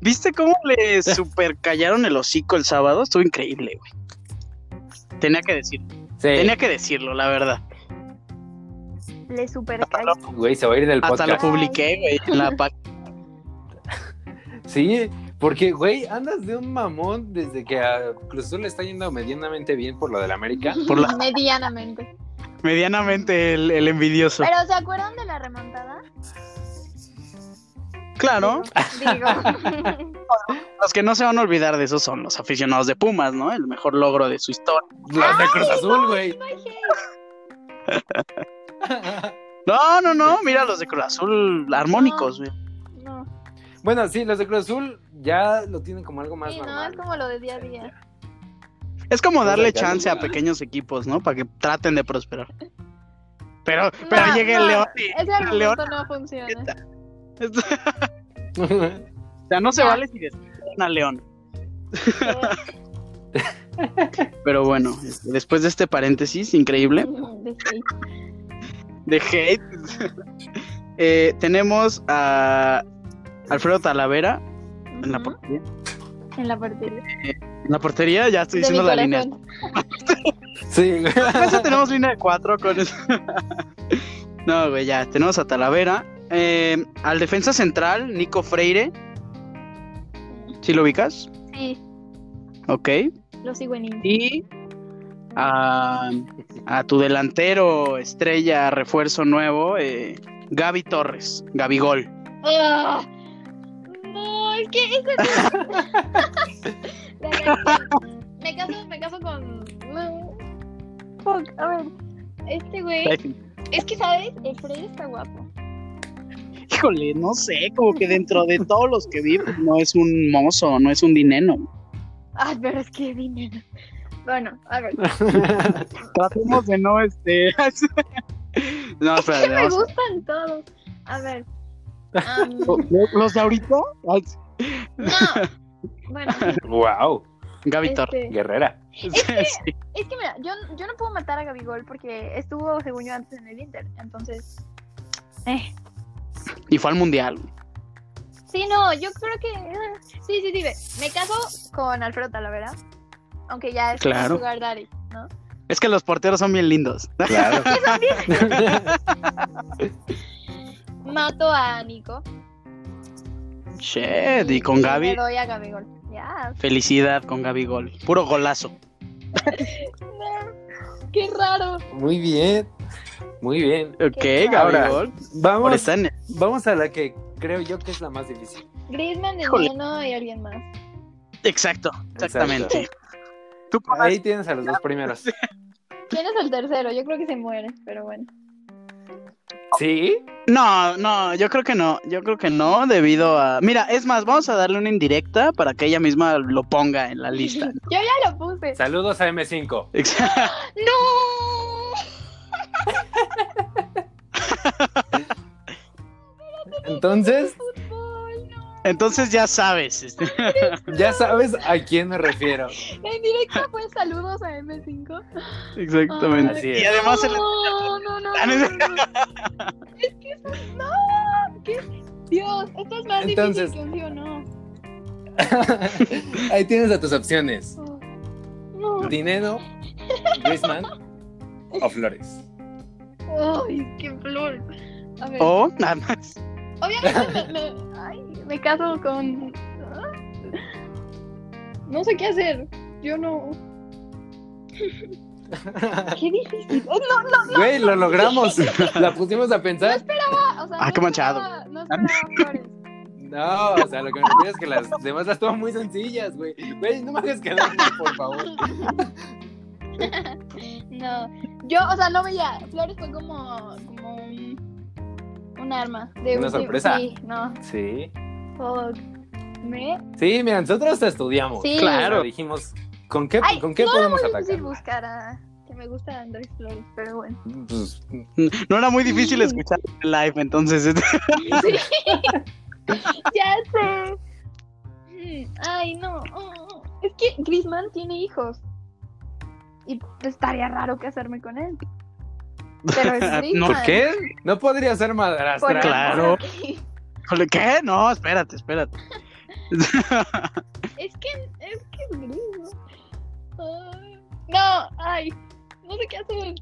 A: ¿viste cómo le super callaron el hocico el sábado? Estuvo increíble, güey. Tenía que decirlo,
B: Sí,
A: tenía que decirlo, la verdad.
C: Le
A: Ah,
C: super cae.
B: güey, se va a ir del
A: Hasta lo
B: podcast.
C: pu-
A: publiqué, güey, en la página.
B: Sí, porque, güey, andas de un mamón desde que a Cruz Azul le está yendo medianamente bien por lo del América.
A: por la-
C: Medianamente.
A: Medianamente el, el envidioso.
C: Pero ¿se acuerdan de la remontada?
A: Claro,
C: Digo.
A: los que no se van a olvidar de eso son los aficionados de Pumas, ¿no? El mejor logro de su historia.
B: Los de Cruz Azul, güey.
C: Ay, hey.
A: No, no, no, mira los de Cruz Azul armónicos, güey.
C: No.
B: Bueno, sí, los de Cruz Azul ya lo tienen como algo más
C: Sí, no,
B: normal.
C: es como lo de día a día.
A: Es como
B: Pues
A: darle
B: acá
A: chance a
B: igual.
A: pequeños equipos, ¿no? Para que traten de prosperar. Pero, pero
C: No,
A: llega el
C: no,
A: León y
C: Ese
A: el León.
C: argumento no funciona.
A: O sea, no se
C: Ya.
A: vale si despiden a León. Pero bueno, después de este paréntesis increíble
C: Sí.
A: de hate, eh, tenemos a Alfredo Talavera en la
C: Ujú,
A: portería.
C: en la portería.
A: En la portería ya estoy
C: De mi
A: diciendo la línea.
C: corazón.
B: sí, güey.
A: Por eso tenemos línea de cuatro con eso. no, güey, ya. Tenemos a Talavera. Eh, al defensa central, Nico Freire. ¿Sí lo ubicas?
C: Sí,
A: Ok.
C: lo sigo en Insta.
A: Y a, a tu delantero, estrella, refuerzo nuevo, eh, Gaby Torres. Gaby Gol.
C: ¡Ah! No, es que es que- me caso, me caso con. no. Fuck, a ver. Este güey. Es que sabes, el Freddy está guapo.
A: Híjole, no sé, como que dentro de todos los que vi, pues, no es un mozo, no es un dinero.
C: Ay, pero es que dinero. Bueno, a ver.
A: Tratemos de no este. No,
C: Es que
A: espérate,
C: me
A: vamos a-
C: gustan todos. A ver. am,
A: Oh.
D: Oh, ¿Los de ahorita? Ay,
C: no. Bueno,
B: ¡Wow!
A: Gaby Tor.
C: este,
B: Guerrera.
A: Sí.
C: es que mira, yo, yo no puedo matar a Gabigol porque estuvo, según yo, antes en el Inter. Entonces, eh.
A: Y fue al mundial.
C: sí, no, yo creo que. eh, Sí, sí, sí. ve, Me caso con Alfredo Talavera. Aunque ya es
A: Claro.
C: jugar Dari, ¿no?
A: Es que los porteros son bien lindos.
B: Claro.
C: Mato a Nico.
A: Shit, y Eh, con Gaby,
C: Me doy a Gabigol. Ya.
A: felicidad con Gaby Gol. Puro golazo.
C: No, Qué raro.
B: Muy bien. Muy bien.
A: Ok,
C: Qué
A: Gaby
B: Ahora,
A: Gol. Ahora
B: Vamos,
A: está en-
B: vamos a la que creo yo que es la más difícil.
C: Griezmann, de
A: Híjole.
C: Nino y alguien más.
A: Exacto, exactamente. Tú pon
B: Ahí tienes a los dos primeros.
C: ¿Quién es el tercero? Yo creo que se muere, pero bueno.
B: ¿Sí?
A: No, no, yo creo que no, yo creo que no, debido a... Mira, es más, vamos a darle una indirecta para que ella misma lo ponga en la lista.
C: Yo ya lo puse.
B: Saludos a M5.
A: Exacto.
C: ¡No!
B: Entonces,
C: Fútbol, no.
A: Entonces ya sabes. este,
B: ya sabes a quién me refiero.
C: En directo fue saludos a M5.
A: Exactamente.
B: Así es.
A: Y además el...
C: No, no, no, no,
A: Ah,
C: no, no. Es que eso. ¡No! ¿Qué? Dios, esto es más
B: Entonces-
C: difícil que un sí o no.
B: Ahí tienes a tus opciones.
C: Oh, No.
B: Dinero, Griezmann o Flores.
C: ¡Ay, qué flor! A ver.
A: O Oh, nada más.
C: Obviamente me, me- ay, me caso con. ah. No sé qué hacer. Yo no. Qué difícil. Eh, No, no,
B: Güey, lo logramos. La pusimos a pensar.
C: ah, o sea,
A: Ah,
C: no
A: qué manchado.
C: esperaba- No esperaba flores.
B: No, o sea, lo que me refiero es que las demás las toman muy sencillas, güey. Güey, no me hagas quedar, mal, por favor.
C: No, yo, o sea, no veía. Flores fue como, como un, un arma. De
B: Una
C: un-
B: sorpresa.
C: Sí, no.
B: Sí.
C: Fuck. Me.
B: Sí, mira, nosotros te estudiamos.
C: Sí.
A: Claro.
B: Pero dijimos, ¿con qué,
C: Ay,
B: ¿con qué
C: no era
B: podemos
C: muy
B: atacar?
C: difícil buscar a. Que me gusta Andrés Flores, pero bueno.
B: Pues,
A: No era muy difícil
C: Sí.
A: escuchar el live, entonces... este,
C: ya sé. Mm, Ay, no. Oh, Es que Grisman tiene hijos. Y estaría raro casarme con él. Pero es Griezmann.
B: ¿Por qué? No podría ser
C: Por
B: madrastra.
C: el-
A: Claro.
C: porque-
A: híjole, ¿Qué? No, espérate, espérate.
C: Es que es que es gringo. Ay, No, ay, no sé qué hacer.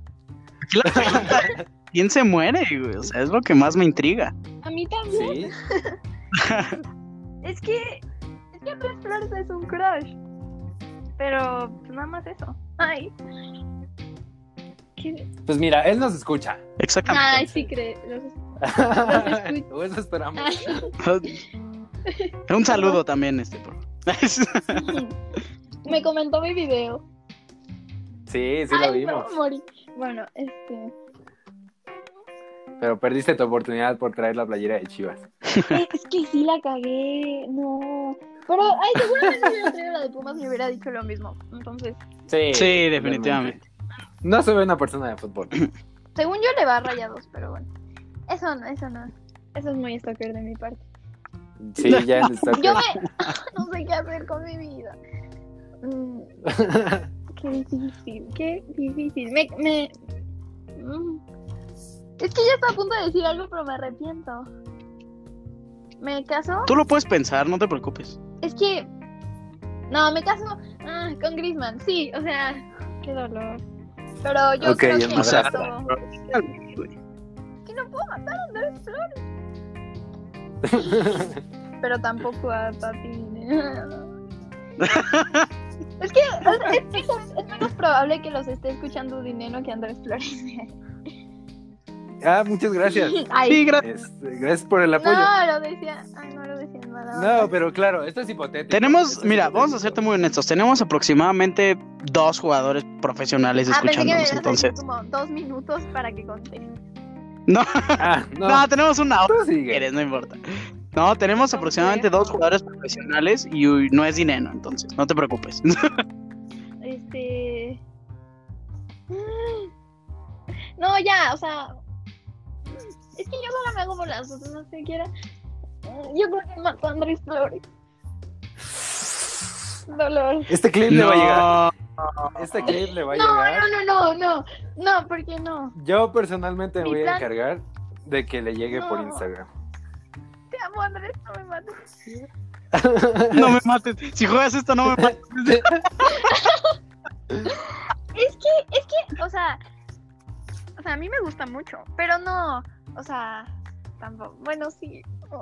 A: ¿Quién se muere, güey? O sea, es lo que más me intriga.
C: A mí también.
B: Sí.
C: Es que es que Andrés Flores es un crush. Pero pues, nada más eso. Ay. ¿Qué?
B: Pues mira, él nos escucha.
A: Exactamente.
B: Ah, pues,
C: Ay, sí cree. los-
B: O eso esperamos.
C: Ay.
A: Un saludo también, este, por favor.
B: Ah.
C: Me comentó mi video.
B: Sí, sí lo
C: Ay, no,
B: vimos.
C: morí. Bueno, este.
B: Pero perdiste tu oportunidad por traer la playera de Chivas.
C: eh, Es que sí la cagué. No. Pero, ay, seguramente si hubiera traído la de Pumas me hubiera dicho lo mismo. Entonces,
B: Sí,
A: Sí, definitivamente.
B: No se ve una persona de fútbol.
C: según yo le va a rayados, pero bueno. Eso no, eso no. Eso es muy stalker de mi parte.
B: Sí, ya en el soccer.
C: Yo me. no sé qué hacer con mi vida. Mm, qué difícil, qué difícil. Me. me... Mm. Es que ya está a punto de decir algo, pero me arrepiento. ¿Me caso?
A: Tú lo puedes pensar, no te preocupes.
C: Es que. No, me caso ah, con Grisman, sí, o sea, qué dolor. Pero yo
B: Ok,
C: creo
B: ya
C: que
B: me
C: esto-
A: abrazo.
C: que no puedo matar a Andrés Flores. Pero tampoco a Papi. es que es, es menos, es menos probable que los esté escuchando Dinero que Andrés Flores.
B: Ah, muchas gracias.
C: Ay,
A: Sí, gracias.
B: Este, gracias por el apoyo.
C: no, lo decía. Ay, no lo decía en mala onda.
B: No, pero claro, esto es hipotético. Esto
A: Tenemos,
B: es
A: mira, vamos a
B: hipotético.
A: serte muy honestos. Tenemos aproximadamente dos jugadores profesionales
C: Ah, pensé que me
A: escuchándonos,
C: ibas a
A: entonces.
C: decir como dos minutos para que conté.
B: Ah,
A: No,
B: no,
A: tenemos una hora.
B: tú
A: si
B: sigue.
A: quieres, no importa. No, tenemos
C: Ok.
A: aproximadamente dos jugadores profesionales y uy, no es dinero, entonces, no te preocupes.
C: Este. No, ya, o sea. Es que yo solo me hago bolazos, no sé qué era. Yo creo que mató a Andrés Flores. Dolor.
B: Este clip le va a llegar. Este clip le va a
C: No,
B: llegar.
C: no, no, no, no. No, ¿por qué no?
B: Yo personalmente me
C: Mi
B: voy a
C: plan-
B: encargar de que le llegue por
C: No.
B: Instagram.
C: Te amo, Andrés, no me mates.
A: No me mates. Si juegas esto, no me mates.
C: Es que, es que, o sea, o sea, a mí me gusta mucho, pero no, o sea, tampoco. Bueno, sí. No,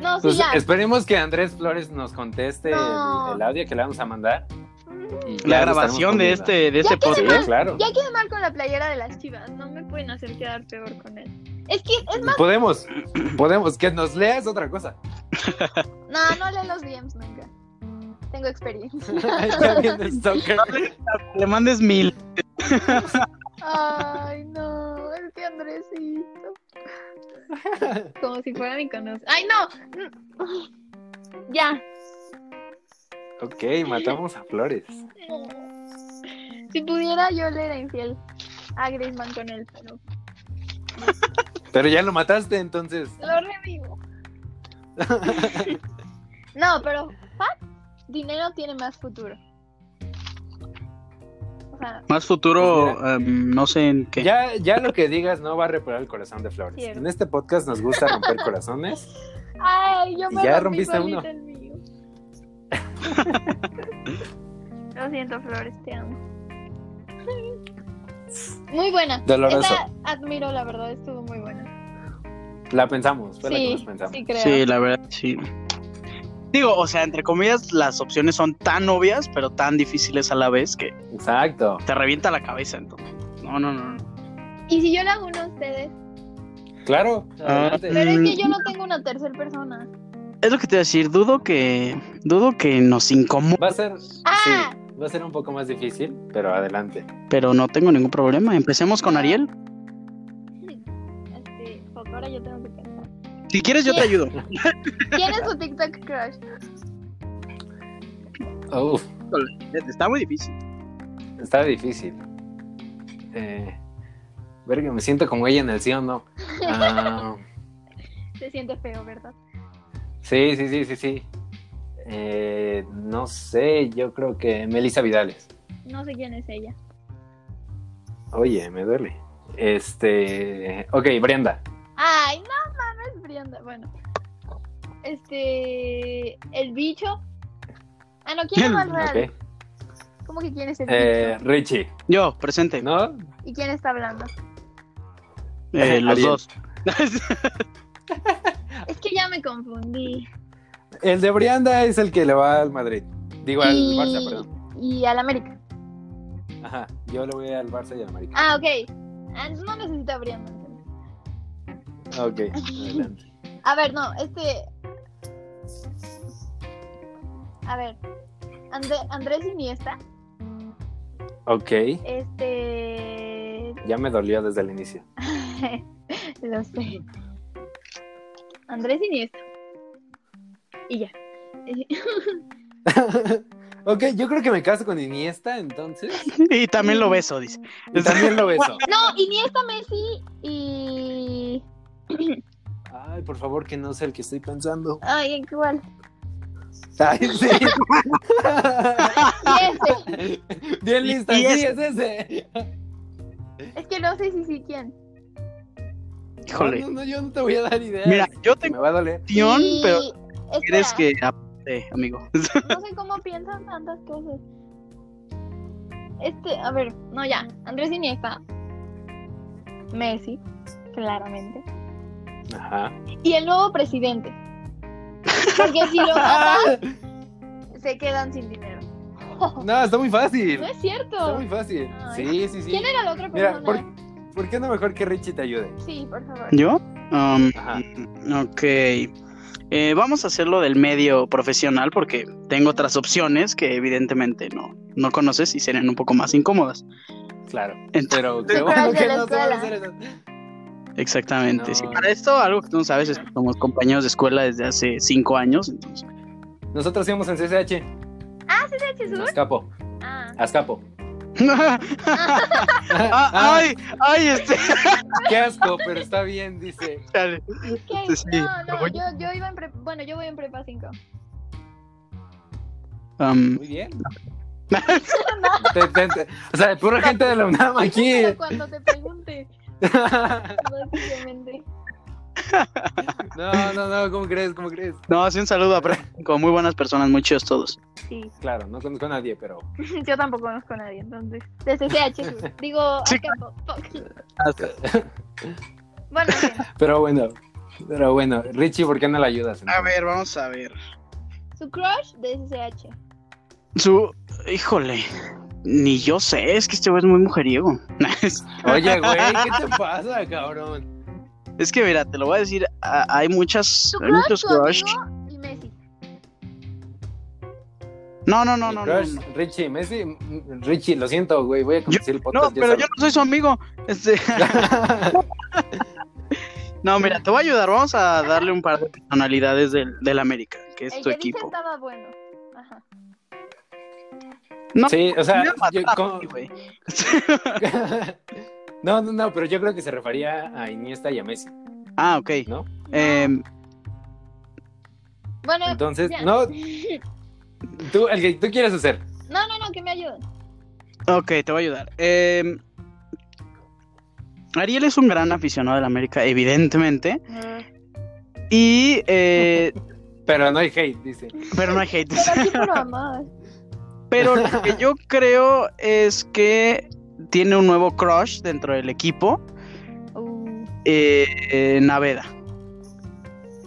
C: no sí,
B: Pues
C: ya.
B: esperemos que Andrés Flores nos conteste el-
C: No.
B: el, audio que le vamos a mandar. y ya
A: La
B: lo
A: grabación
B: estaremos
A: de este,
B: poniendo.
A: de este
C: Ya que se
A: podcast.
C: va.
B: Sí, claro.
C: Ya quedé mal con la playera de las chivas, no me pueden hacer quedar peor con él. Es que, es más,
B: Podemos, podemos, que nos leas otra cosa.
C: no, no leen los DMs nunca. Tengo experiencia.
B: Ya viene Stalker.
A: Le mandes mil.
C: Ay, no, es que Andresito. Como si fuera mi conocido. Ay, no. Ya.
B: Ok, matamos a Flores.
C: Si pudiera, yo le era infiel a Griezmann con él, pero
B: Pero ya lo mataste, entonces.
C: lo revivo. no, pero ¿what? dinero tiene más futuro. O sea,
A: Más futuro,
B: Pues
A: em, no sé en qué.
B: Ya, ya lo que digas no va a reparar el corazón de Flores.
C: Cierto.
B: En este podcast nos gusta romper corazones.
C: ay, yo
B: Y
C: me
B: ya
C: rompí
B: rompiste
C: solita
B: uno.
C: el mío. lo siento, Flores, te amo. Muy buena.
B: Doloroso.
C: Esta admiro, la verdad, estuvo muy buena.
B: La pensamos, fue la que nos
C: Sí,
B: pensamos.
C: sí creo.
A: Sí, la verdad, sí. Digo, o sea, entre comillas, las opciones son tan obvias, pero tan difíciles a la vez que
B: Exacto.
A: te revienta la cabeza. Entonces, no, no, no. no.
C: Y si yo le hago uno a ustedes,
B: Claro.
A: Ah.
B: adelante.
C: pero es que
A: Mm.
C: yo no tengo una tercera persona.
A: Es lo que te iba a decir. Dudo que, dudo que nos incomode,
B: Va a ser,
C: Ah.
B: sí, va a ser un poco más difícil, pero adelante.
A: pero no tengo ningún problema. Empecemos con Ariel.
C: Este, fuck, ahora yo tengo que pensar.
A: Si quieres, yo te ayudo.
C: ¿Quién es tu TikTok crush?
B: Uf,
A: Está muy difícil.
B: está difícil. Eh, verga, me siento como ella en el sí o no. Ah,
C: Se siente feo, ¿verdad?
B: sí, sí, sí, sí, sí. Eh, no sé, yo creo que Melissa Vidales.
C: No sé quién es ella.
B: Oye, me duele. Este, ok, Brenda.
C: Ay, no mames, Brianda. Bueno. Este. El bicho. Ah, no, ¿quién es
A: El-
C: más real?
B: Ok.
C: ¿Cómo que quién es el
B: Eh,
C: bicho?
B: Richie,
A: Yo, presente.
B: ¿no?
C: ¿Y quién está hablando?
A: Eh, los
B: Ariel.
A: dos.
C: Es que ya me confundí.
B: El de Brianda es el que le va al Madrid. Digo, al
C: Y-
B: Barça, perdón.
C: Y al América.
B: Ajá, yo le voy al Barça y al América.
C: Ah, ok. Ah, entonces no necesito a Brianda. entonces. Ah.
B: Ok, adelante.
C: A ver, no, este. A ver. Andrés Andrés Iniesta.
B: Ok.
C: Este.
B: Ya me dolió desde el inicio.
C: Lo sé. Andrés Iniesta. Y ya.
B: ok, yo creo que me caso con Iniesta, entonces.
A: Y también lo beso, dice.
B: Y también lo beso.
C: No, Iniesta, Messi y.
B: Ay, por favor, que no sea el que estoy pensando.
C: Ay, ¿en cuál?
B: Ay, sí.
A: Ah.
C: Y este. ese.
B: Bien lista,
A: Y
B: sí,
A: ese.
B: es ese.
C: Es que no sé si sí quién.
A: Híjole.
B: No, no, no, yo no te voy a dar ideas.
A: Mira, yo
B: me
A: tengo
B: va a doler.
A: opción,
C: Y-
A: pero
C: espera,
A: quieres que aparte, amigo.
C: No sé cómo piensan tantas cosas. Este, a ver, no, ya. Andrés Iniesta. Messi, claramente.
B: Ajá.
C: Y el nuevo presidente. Porque si lo mata,
B: Ah,
C: se quedan sin dinero.
B: No, está muy fácil.
C: No es
B: Está
C: cierto.
B: muy fácil.
C: Ay.
B: Sí, sí, sí.
C: ¿Quién era la otra persona?
B: Mira, ¿por, ¿por qué no mejor que Richie te ayude?
C: Sí, por favor.
A: ¿Yo? Um,
B: Ajá.
A: ok. Eh, vamos a hacerlo del medio profesional porque tengo otras opciones que evidentemente no, no conoces y serían un poco más incómodas.
B: Claro.
A: Entonces,
B: Pero
C: Sí,
B: qué
C: pero
B: bueno
C: es de
B: que
C: la
B: no se van a
C: escuela.
B: hacer eso.
A: exactamente.
B: No.
A: sí. Para esto, algo que tú no sabes es que somos compañeros de escuela desde hace cinco años. Entonces,
B: Nosotros íbamos en CCH.
C: ¿Ese es Jesús?
B: Azcapo.
C: Ah,
B: Azcapo.
A: Ah, ay, ay, este.
B: Qué asco, pero está bien, dice.
A: Chale.
C: ¿Qué?
A: Sí,
C: no,
A: pero
C: no,
A: voy-
C: yo, yo iba en prepa, bueno, yo voy en prepa 5.
A: Am,
B: Muy bien. Te- te- te- o sea, pura gente de la UNAM aquí.
C: Cuando te pregunte, básicamente.
B: No, no, no, ¿cómo crees? ¿Cómo crees?
A: no, sí, un saludo a Franco. Muy buenas personas, muy chidos todos.
C: Sí,
B: Claro, no conozco a nadie, pero.
C: yo tampoco conozco a nadie, entonces. De CCH, digo,
A: Sí.
C: Acapulco. Fuck. Bueno, bien.
B: Pero bueno. Pero bueno, Richie, ¿por qué no la ayudas?
A: A ver, vamos a ver.
C: su crush de CCH.
A: Su. Híjole. Ni yo sé, es que este güey es muy mujeriego.
B: Oye, güey, ¿qué te pasa, cabrón?
A: es que mira, te lo voy a decir, a- hay muchas,
C: Su
A: hay
C: crush,
A: muchos
C: su
A: crush.
C: amigo y Messi.
A: No, no, no,
B: Mi
A: no, no,
B: crush,
A: no.
B: Richie, Messi, mm, Richie, lo siento, güey, voy a conducir el podcast.
A: No, pero yo no soy su amigo. Este, no, mira, te voy a ayudar. Vamos a darle un par de personalidades del, del América, que es
C: El
A: tu
C: que
A: equipo.
C: dice estaba bueno. Ajá.
A: No,
B: Sí, o sea,
A: me voy a matar
B: yo
A: a
B: como-
A: ti, güey.
B: no, no, no, pero yo creo que se refería a Iniesta y a Messi.
A: ah, ok.
B: ¿No?
A: Em,
C: Bueno,
B: Eh, Entonces,
C: ya.
B: no, tú, el que tú quieres hacer.
C: No, no, no, que me ayuden.
A: ok, te voy a ayudar. Em, Ariel es un gran aficionado del América, evidentemente.
C: Ah.
A: Y. eh,
B: Pero no hay hate, dice.
A: pero no hay hate.
C: Pero aquí puro amor.
A: Pero lo que yo creo es que tiene un nuevo crush dentro del equipo,
C: Uh,
A: eh, eh, Naveda.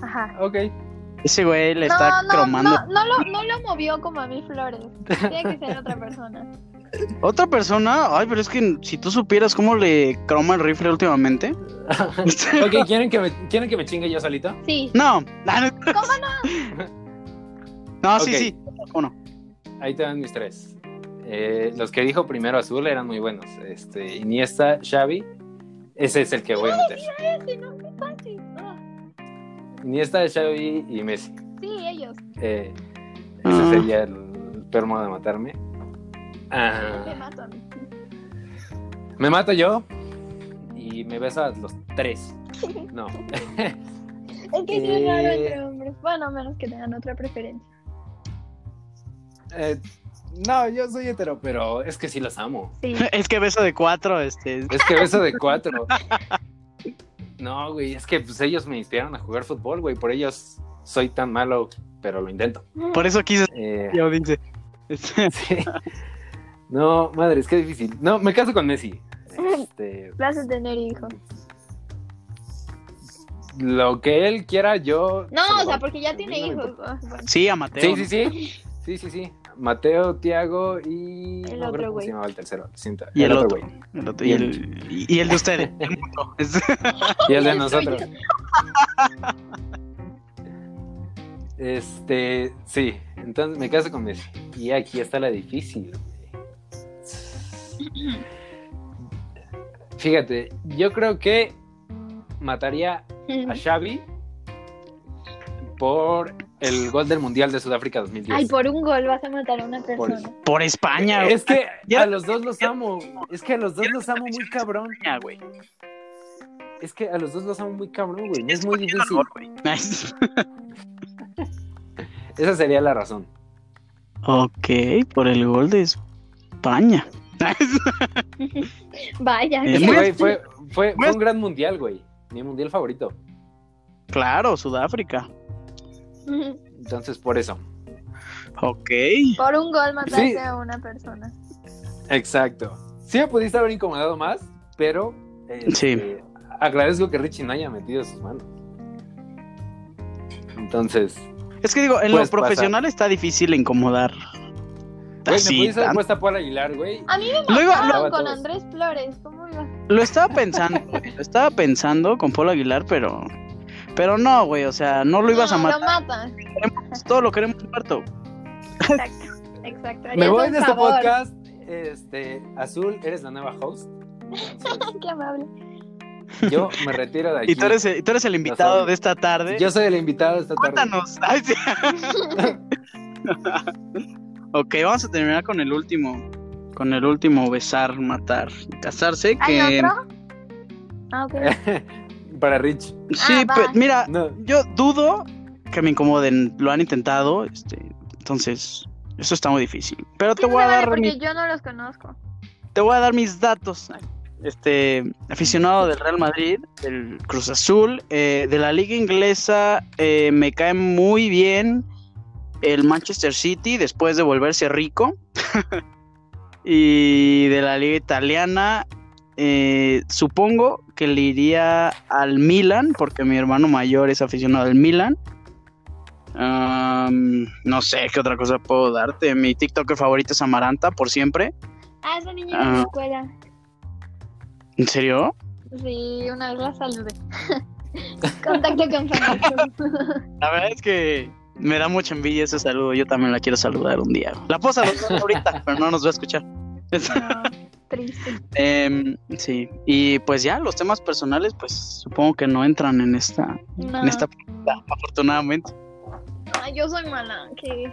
C: ajá.
B: Ok.
A: Ese güey le está
C: no,
A: cromando.
C: No, no, lo, no lo movió como a mil flores. Tiene que ser otra persona.
A: Otra persona, ay, pero es que si tú supieras cómo le croma el rifle últimamente.
B: Ok, ¿quieren que me, ¿quieren que me chingue yo solito?
C: Sí.
A: no, no, no.
C: ¿Cómo no?
A: No, sí,
B: Ok.
A: sí. Uno.
B: Ahí te dan mis tres. Eh, los que dijo primero azul eran muy buenos. Este, Iniesta, Xavi. Ese es el que voy a meter.
C: Ese, no, qué fácil. Ah,
B: Iniesta, Xavi y Messi.
C: sí, ellos.
B: Eh,
A: Ah.
B: ese sería el permo de matarme. Ah,
C: Me matan.
B: me mato yo y me besas los tres. No.
C: Es que sí es raro
B: Eh.
C: entre hombres. Bueno, a menos que tengan otra preferencia.
B: Eh, no, yo soy hetero, pero es que sí los amo.
C: Sí.
A: Es que beso de cuatro, este.
B: Es que beso de cuatro. No, güey, es que pues, ellos me inspiraron a jugar fútbol, güey. Por ellos soy tan malo, pero lo intento.
A: Por
C: e-
A: eso quise.
B: Eh,
A: Yo dice. Este,
B: sí. No, madre, es que difícil. No, me caso con Messi. Este,
C: Placer tener hijos.
B: lo que él quiera, yo.
C: No,
B: se lo
C: o sea,
B: doy.
C: porque ya tiene
B: A mí no me
C: hijos. Ah, bueno.
A: Sí, a Mateo.
B: Sí, sí, sí. Sí, sí, sí. Mateo, Tiago y.
C: El
B: no me acuerdo
C: otro
B: cómo
C: güey.
B: se llamaba el tercero. siento.
A: Y el otro.
B: güey.
A: El otro- y, el, y el de ustedes. el mundo. Este,
B: Y el de
C: El suyo.
B: nosotros. Este, sí, entonces me caso con Messi. Y aquí está la difícil. güey. Fíjate, yo creo que mataría a Xavi por el gol del Mundial de Sudáfrica 2010.
C: Ay, por un gol vas a matar a una
B: Por-
C: persona.
A: Por España, güey.
B: Es que
A: Ya-
B: a los dos los amo. Es que a los dos los amo muy cabrón.
A: España, güey.
B: Es que a los dos los amo muy cabrón, güey. Es muy
A: Qué
B: difícil.
A: dolor, güey. Nice.
B: Esa sería la razón.
A: Ok, por el gol de España. Nice.
C: Vaya.
A: Eh,
B: Es que,
A: muy-
B: güey, fue, fue,
A: muy-
B: fue un gran mundial, güey. Mi mundial favorito.
A: Claro, Sudáfrica.
B: Entonces, por eso.
A: Ok.
C: Por un gol mataste
B: Sí.
C: a una persona.
B: Exacto. Sí me pudiste haber incomodado más, pero este,
A: Sí.
B: agradezco que Richie no haya metido sus manos. Entonces,
A: Es que digo, en
B: Pues
A: lo
B: pasa.
A: profesional está difícil incomodar.
B: güey, me
A: Así,
B: pudiste haber
A: tan-
B: puesto a Paul Aguilar, güey.
C: A mí me
A: Lo iba-
C: mataron
B: lo-
C: con Andrés Flores. ¿Cómo iba?
A: Lo estaba pensando, güey, lo estaba pensando con Polo Aguilar, pero pero no, güey, o sea, no lo ibas a
C: No,
A: matar,
C: Lo matan.
A: todo lo queremos muerto.
C: Exacto. Exacto.
B: Me
C: harías
B: voy
C: un
B: de este
C: favor.
B: podcast. Este, Azul, eres la nueva host. Entonces,
C: Qué amable.
B: yo me retiro de aquí.
A: Y tú eres, el- y tú eres el invitado de esta tarde.
B: Yo soy el invitado esta tarde.
A: Cuéntanos. Ay, sí. ok, vamos a terminar con el último. Con el último besar, matar, casarse. Que...
C: ¿Hay otro? Ah, ok.
B: Para Rich.
A: Sí,
C: Ah, va.
A: pe- mira,
B: No.
A: yo dudo que me incomoden. Lo han intentado, este, entonces eso está muy difícil. Pero te
C: Sí, pues,
A: voy
C: me
A: a
C: vale
A: dar mi-
C: porque yo no los conozco.
A: te voy a dar mis datos. Este, aficionado del Real Madrid, del Cruz Azul, eh, de la liga inglesa, eh, me cae muy bien el Manchester City después de volverse rico. y de la liga italiana, eh, supongo que le iría al Milan, porque mi hermano mayor es aficionado al Milan. Am, no sé qué otra cosa puedo darte. Mi TikToker favorito es Amaranta, por siempre.
C: Ah, esa niña en
A: Ah.
C: la escuela.
A: ¿En serio?
C: Sí, una vez la saludé. Contacto con fanáticos.
A: La verdad es que me da mucha envidia ese saludo. Yo también la quiero saludar un día. La puedo saludar ahorita, pero no nos va a escuchar.
C: No, triste.
A: Em, sí, y pues ya los temas personales, pues supongo que no entran en esta,
C: No.
A: en esta pregunta, afortunadamente.
C: Ay, yo soy mala. Que...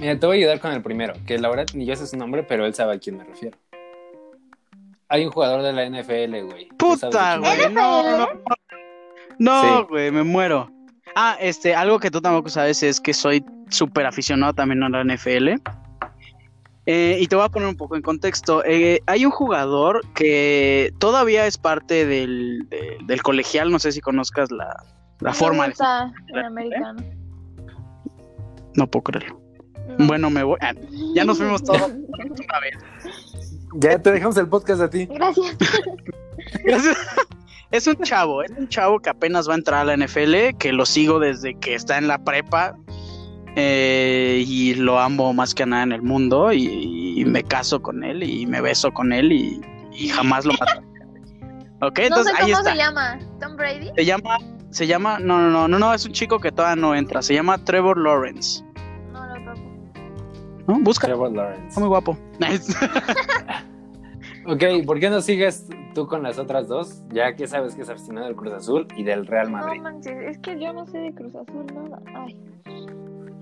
B: Mira, te voy a ayudar con el primero, que la verdad ni yo sé su nombre, pero él sabe a quién me refiero. Hay un jugador de la NFL, güey. Tú sabes de
A: Puta,
B: quién me
A: güey.
B: refiero.
A: No, no, no. No,
B: Sí.
A: güey, me muero. Ah, este, algo que tú tampoco sabes es que soy súper aficionado también a la NFL. Eh, y te voy a poner un poco en contexto. Eh, hay un jugador que todavía es parte del, de- del colegial, no sé si conozcas la, la forma. de- ¿Eh?
C: Está en americano.
A: No puedo creerlo.
C: No.
A: Bueno, me voy. Ah, ya nos fuimos todos. una vez.
B: Ya te dejamos el podcast a ti.
C: Gracias.
A: Es- Es un chavo, es un chavo que apenas va a entrar a la NFL, que lo sigo desde que está en la prepa eh, y lo amo más que nada en el mundo y, y me caso con él y me beso con él y, y jamás lo mato. ok,
C: no sé
A: entonces ahí
C: cómo
A: está.
C: se llama. ¿Tom Brady?
A: Se llama, se llama, no, no, no, no, no, es un chico que todavía no entra, se llama Trevor Lawrence.
C: No lo topo.
A: ¿no? Busca,
B: Trevor
A: está
B: Lawrence.
A: muy guapo.
B: Ok, ¿por qué no sigues tú con las otras dos? Ya que sabes que es aficionado del Cruz Azul y del Real
C: No
B: Madrid.
C: manches, es que yo no sé de Cruz Azul nada. Ay.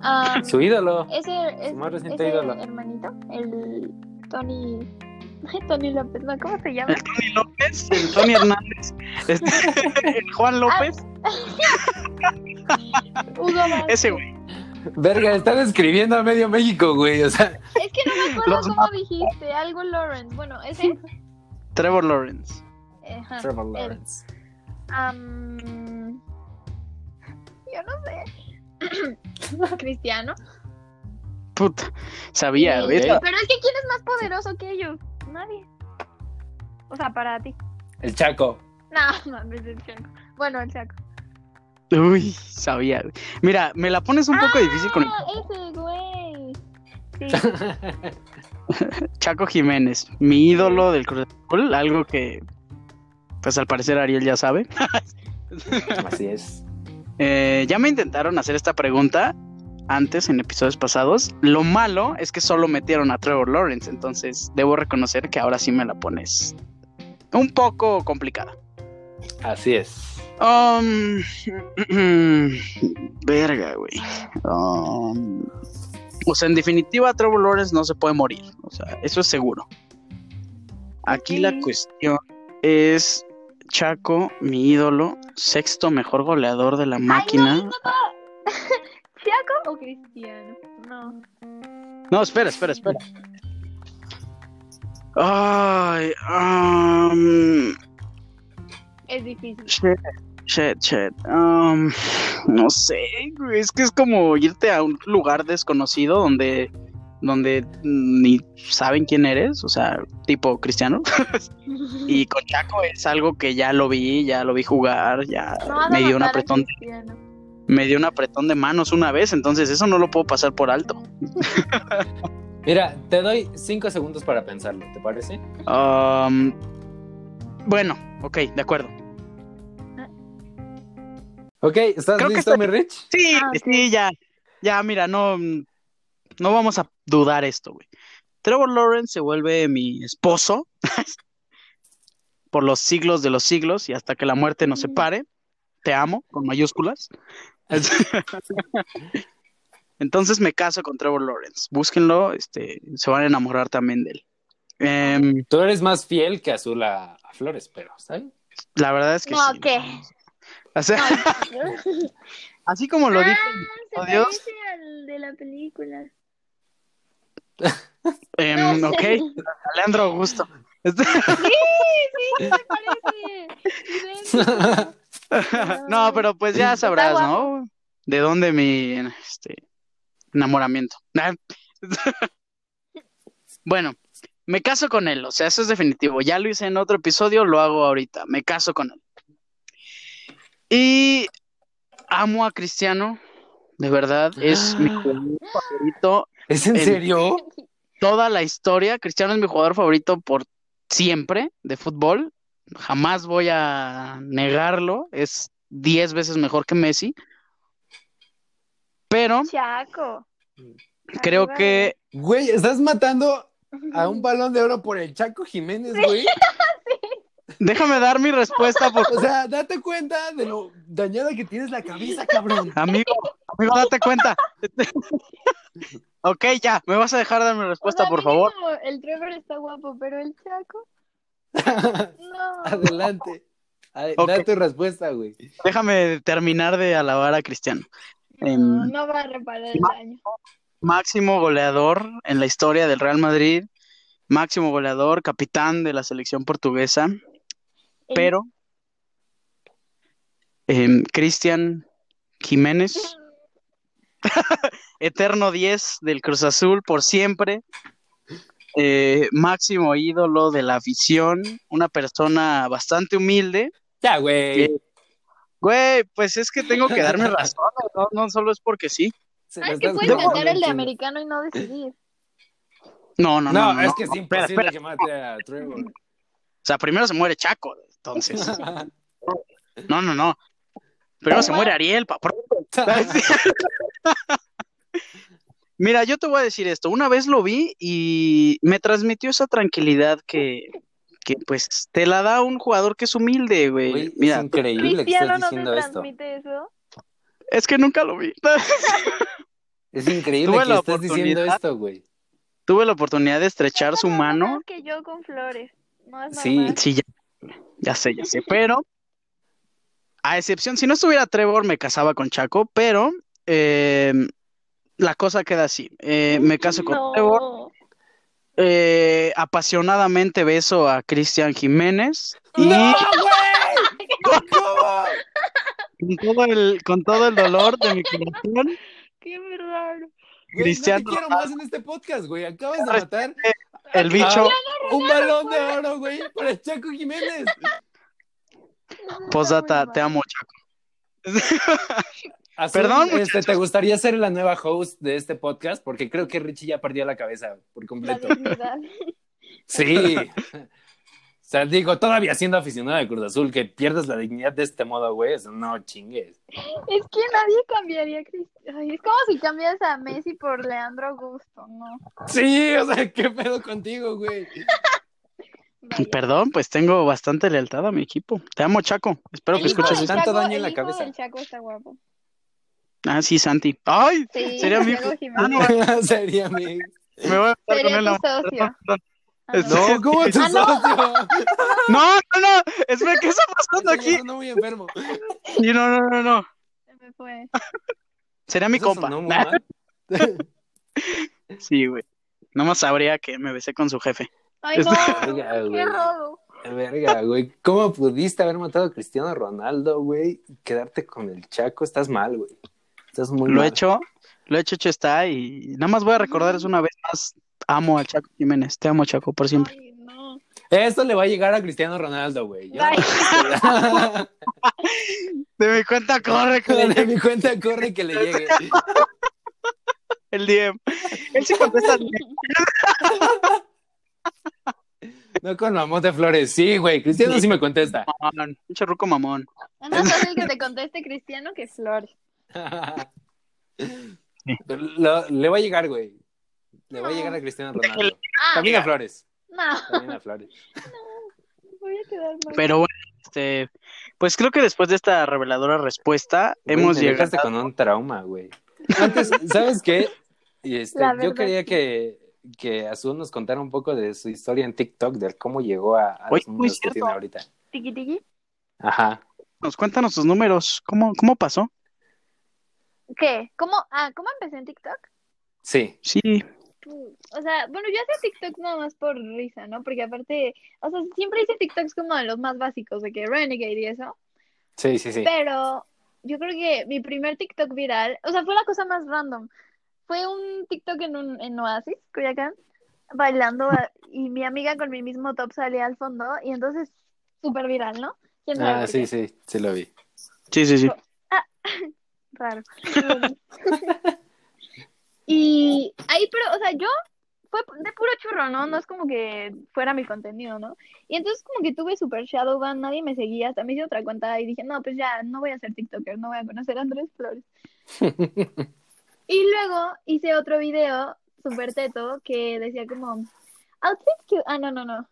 C: Ah,
B: Su ídolo.
C: ese es
B: Su más reciente
C: ese
B: ídolo.
C: hermanito, el Tony. Ay, Tony López, ¿no? ¿Cómo se llama?
A: El Tony López, el Tony Hernández, este, el Juan López,
C: Ah. Hugo Vázquez.
A: ese güey.
B: Verga, está describiendo a medio México, güey. O sea,
C: Es que no me acuerdo
A: Los
C: cómo dijiste, algo Lawrence. Bueno, ese. eh,
A: Trevor Lawrence.
C: Ajá,
B: Trevor
C: él.
B: Lawrence.
C: Am, yo no sé. Cristiano.
A: Puta, sabía,
C: Sí,
A: güey.
B: ¿eh?
C: Pero es que ¿quién es más poderoso que ellos? Nadie. O sea, para ti.
B: El Chaco.
C: No, mames, el Chaco. Bueno, el Chaco.
A: Uy, sabía. güey. Mira, me la pones un poco difícil con el
C: Ah, ese güey. Sí,
A: Chaco Jiménez, mi ídolo del Cruz Azul, algo que, pues al parecer Ariel ya sabe.
B: Así es.
A: Eh, ya me intentaron hacer esta pregunta antes en episodios pasados. Lo malo es que solo metieron a Trevor Lawrence, entonces debo reconocer que ahora sí me la pones un poco complicada.
B: Así es.
A: Um, verga, güey. Um, o sea, en definitiva, Trevor Lawrence no se puede morir. O sea, eso es seguro. Aquí la
C: Ok.
A: cuestión es Chaco, mi ídolo, sexto mejor goleador de la máquina.
C: Chaco o Cristiano. No.
A: No, espera, espera, espera. Ay, um,
C: Es difícil.
A: Shit, shit, shit. Um, no sé, güey, es que es como irte a un lugar desconocido donde, donde ni saben quién eres, o sea, tipo cristiano. Y con Chaco es algo que ya lo vi, ya lo vi jugar, ya
C: No vas a
A: me dio un
C: matar a
A: apretón,
C: Cristiano.
A: me dio un apretón de manos una vez, entonces eso no lo puedo pasar por alto.
B: Mira, te doy cinco segundos para pensarlo, ¿te parece?
A: Um, bueno, ok, de acuerdo.
B: Ok, ¿estás
A: Creo que
B: listo,
A: estoy-
B: mi Rich?
A: Sí,
C: Ah,
A: sí, ya. Ya, mira, no, mm, no vamos a dudar esto, güey. Trevor Lawrence se vuelve mi esposo por los siglos de los siglos y hasta que la muerte
C: Mm.
A: nos separe. Te amo, con mayúsculas. Entonces me caso con Trevor Lawrence. Búsquenlo, este, se van a enamorar también de él. Em,
B: Tú eres más fiel que Azul a, a Flores, pero ¿está bien?
A: la verdad es que
C: No,
A: sí.
C: ¿qué?
A: O sea, así como
C: Ah,
A: lo dije,
C: Se
A: Oh, Dios.
C: parece al de la película.
A: em,
C: no
A: ok,
C: sé.
A: Alejandro Augusto. Este-
C: Sí, sí, se parece. Idéntico.
A: no, pero pues ya sabrás,
C: Está
A: ¿no? De dónde mi este, enamoramiento. bueno, me caso con él, o sea, eso es definitivo. Ya lo hice en otro episodio, lo hago ahorita. Me caso con él. Y amo a Cristiano, de verdad, es mi jugador favorito.
B: ¿Es en
A: El-
B: serio?
A: Toda la historia, Cristiano es mi jugador favorito por siempre de fútbol. Jamás voy a negarlo, es 10 veces mejor que Messi. Pero
C: Chaco.
A: creo que
B: Güey, estás matando a
C: Arriba.
B: un balón de oro por el Chaco Jiménez, güey.
A: déjame dar mi respuesta, por
B: O sea, date cuenta de lo dañada que tienes la cabeza, cabrón.
A: amigo, amigo, date cuenta. ok, ya, me vas a dejar dar mi
C: O
A: respuesta,
C: sea,
A: por
C: mínimo
A: favor.
C: El Trevor está guapo, pero el Chaco. No.
B: Adelante. Ay,
A: Ok.
B: Da tu respuesta, güey.
A: Déjame terminar de alabar a Cristiano. Em,
C: No, no va a reparar el daño.
A: máximo goleador en la historia del Real Madrid, máximo goleador, capitán de la selección portuguesa, pero em, Cristian Jiménez, eterno 10 del Cruz Azul por siempre, eh, máximo ídolo de la afición, una persona bastante humilde.
B: Ya, güey.
A: Güey, pues es que tengo que darme razón, no, no solo es porque sí.
B: Se
C: Ah,
B: lo
C: es que
B: estás
C: puedes
B: dando
C: cantar el de
B: encima.
C: americano y no decidir.
A: No, no,
B: No,
A: no. no,
B: es
A: no.
B: que es
A: Espera,
B: imposible
A: espera.
B: que mate a Trevor.
A: O sea, primero se muere Chaco, entonces. No, no, no. Primero se muere Ariel, papá. Ah, Mira, yo te voy a decir esto. Una vez lo vi y me transmitió esa tranquilidad que, que pues, te la da un jugador que es humilde, güey.
B: Güey, es
A: Mira,
B: increíble que
C: Cristiano
B: estés
C: no te
B: diciendo esto.
C: transmite eso.
A: es que nunca lo vi.
B: Es increíble
A: Tuve
B: que
A: la
B: estés diciendo
A: oportunidad.
B: esto, güey.
A: Tuve la oportunidad de estrechar su
C: Está más
A: mano.
C: mamado que yo con flores. No es
B: Sí.
C: normal.
A: Sí, ya, ya sé, ya sé. Pero, a excepción, si no estuviera Trevor, me casaba con Chaco, pero eh, la cosa queda así. Eh, me caso con
C: No.
A: Trevor. eh, apasionadamente beso a Cristian Jiménez y con todo el con todo el dolor de mi corazón
C: Qué raro.
B: Güey, no te
A: Cristiano
B: quiero más en este podcast, güey. Acabas de matar
A: el bicho
B: un balón de oro, güey, para el Chaco Jiménez.
A: posdata pues, te amo Chaco
B: Azul,
A: Perdón,
B: este,
A: muchachos.
B: ¿te gustaría ser la nueva host de este podcast? Porque creo que Richie ya perdió la cabeza por
C: La
B: completo.
C: dignidad.
B: Sí. O sea, digo, todavía siendo aficionado de Cruz Azul, que pierdas la dignidad de este modo, güey, o sea, no chingues.
C: Es que nadie cambiaría a Cristiano. Ay, Es como si cambias a Messi por Leandro Augusto, ¿no?
B: Sí, o sea, qué pedo contigo, güey.
C: Vaya.
A: perdón pues tengo bastante lealtad a mi equipo te amo Chaco espero que
C: El hijo
A: escuches
C: del
A: esto
B: Tanto
C: Chaco-
B: daño en la
C: el hijo
B: cabeza.
C: del Chaco está guapo.
A: ah sí Santi ay
C: Sí,
A: Sería mi-
C: Santiago Jiménez.
A: Ah, no,
B: Sería mi.
A: me voy a estar con
C: Sería
A: él la-
C: tu socio. Ah,
A: Este-
B: No, ¿cómo tu
C: Ah,
B: socio?
A: no no no espera qué está pasando aquí
B: No, muy enfermo.
A: Sí, no no no no
C: se me fue.
A: sería mi
B: Eso
A: compa
B: sonó muy mal.
A: sí güey nomás sabría que me besé con su jefe
C: Ay, no.
B: Oiga,
C: Qué
B: güey.
C: robo.
B: Verga, güey. ¿Cómo pudiste haber matado a Cristiano Ronaldo, güey? Y quedarte con el Chaco. Estás mal, güey. Estás muy
A: lo
B: mal.
A: he hecho lo he hecho hecho está y nada más voy a recordarles una vez más amo al Chaco Jiménez te amo Chaco por siempre
C: Ay, no.
B: Esto le va a llegar a Cristiano Ronaldo, güey. Yo-
C: Ay,
A: De mi cuenta corre que le
B: de
A: llegue
B: mi cuenta corre que le llegue.
A: el DM. Él sí contesta el DM.
B: No con mamón de flores. Sí, güey. Cristiano sí me contesta.
A: mamón. Un charruco mamón.
C: Es más fácil que te conteste Cristiano que Flores.
B: Pero lo- le va a llegar, güey. Le va a llegar a Cristiano Ronaldo.
C: Ah,
B: También a Flores.
C: no.
B: También a Flores.
C: Voy a quedar mal.
A: Pero bueno, este, pues creo que después de esta reveladora respuesta, hemos
B: Güey, me
A: llegado.
B: dejaste con un trauma, güey. Antes, ¿sabes qué? Y este,
C: La verdad.
B: yo quería que, que Azul nos contara un poco de su historia en TikTok, de cómo llegó a, a
A: Oye,
B: los
A: muy
B: números que
A: cierto.
B: tiene ahorita.
C: Tiki tiki.
B: Ajá.
A: Nos cuéntanos tus números. ¿Cómo, cómo pasó?
C: ¿Qué? ¿Cómo, ah, ¿Cómo empecé en TikTok? Mm,
B: Sí.
A: Sí.
C: O sea, bueno, yo hacía TikToks nada más por risa, ¿no? Porque aparte, o sea, siempre hice TikToks como de los más básicos, de que Renegade y eso.
B: Sí, sí, sí.
C: Pero yo creo que mi primer TikTok viral, o sea, fue la cosa más random. Fue un TikTok en, un, en Oasis, Culiacán, bailando a- y mi amiga con mi mismo top salía al fondo y entonces súper viral, ¿no? ¿Quién sabe
B: Ah,
C: por
B: sí,
C: qué?
B: sí, sí lo vi.
A: Sí, sí, sí.
C: Raro. y ahí, pero, o sea, yo fue de puro churro, ¿no? No es como que fuera mi contenido, ¿no? Y entonces como que tuve super shadow ban, nadie me seguía, hasta me hice otra cuenta y dije, no, pues ya, no voy a ser TikToker, no voy a conocer a Andrés Flores. y luego hice otro video super teto que decía como, outfits que... Ah, no, no, no.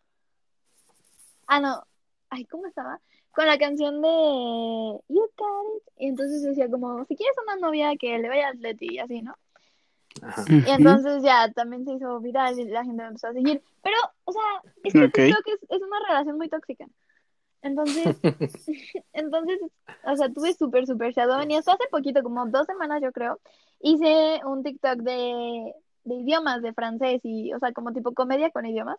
C: Ah, no. Ay, ¿cómo estaba? Con la canción de You Got It. Y entonces decía como, si quieres una novia que le vaya al Atleti y así, ¿no?
B: Ajá.
C: Y entonces ya también se hizo viral y la gente me empezó a seguir. Pero, o sea, es que
A: Ok.
C: TikTok es, es una relación muy tóxica. Entonces, entonces, o sea, tuve súper, súper shadow. Y hasta hace poquito, como dos semanas yo creo, hice un TikTok de, de idiomas, de francés y, o sea, como tipo comedia con idiomas.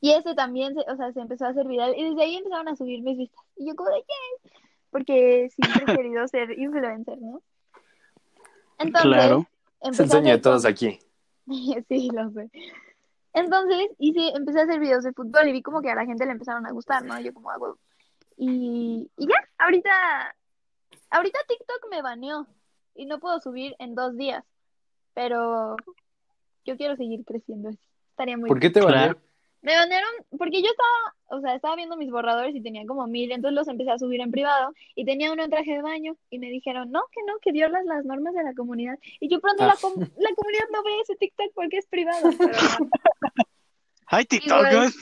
C: Y ese también, se- o sea, se empezó a hacer viral. Y desde ahí empezaron a subir mis vistas. Y yo como de, yay. Porque siempre he querido ser influencer, ¿no? Entonces,
A: Claro.
B: Es el
C: empecé a
B: sueño de
C: hacer
B: todos aquí.
C: Sí, lo sé. Entonces hice, empecé a hacer videos de fútbol y vi como que a la gente le empezaron a gustar, ¿no? Yo como hago. Y, y ya, ahorita, ahorita TikTok me baneó y no puedo subir en dos días, pero yo quiero seguir creciendo así. Estaría muy
B: ¿Por qué
C: bien.
B: te banearon?
C: Me banearon porque yo estaba, o sea, estaba viendo mis borradores y tenía como mil, entonces los empecé a subir en privado y tenía uno en traje de baño y me dijeron, no, que no, que violas las normas de la comunidad. Y yo pronto
B: Ah.
C: la, com- la comunidad no ve ese TikTok porque es privado. Pero, bueno.
A: ¡Ay, TikTok!
C: Igual.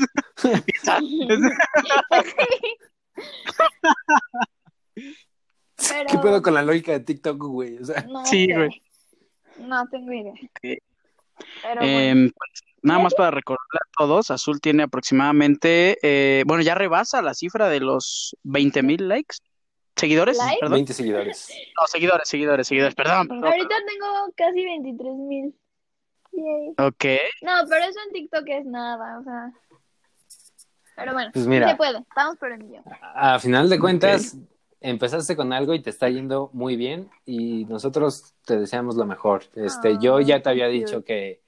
C: Pero-
B: ¿Qué pedo con la lógica de TikTok, güey? O sea,
C: No
A: Sí,
C: sé.
A: güey.
C: No tengo idea. Pero bueno.
A: Eh, pues, nada más para recordar a todos, Azul tiene aproximadamente, eh, bueno, ya rebasa la cifra de los 20 mil likes. ¿Seguidores?
C: ¿Likes? Pues
A: Perdón.
B: 20 seguidores.
A: No, seguidores, seguidores, seguidores. Perdón, perdón.
C: Ahorita tengo casi 23 mil.
A: Ok.
C: No, pero eso en TikTok es nada, o sea. Pero bueno,
B: Pues
C: sí
B: mira.
C: se puede. Estamos por el millón.
B: A final de cuentas, empezaste con algo y te está yendo muy bien y nosotros te deseamos lo mejor. Este,
C: Ah,
B: yo ya te había
C: thank you.
B: dicho que,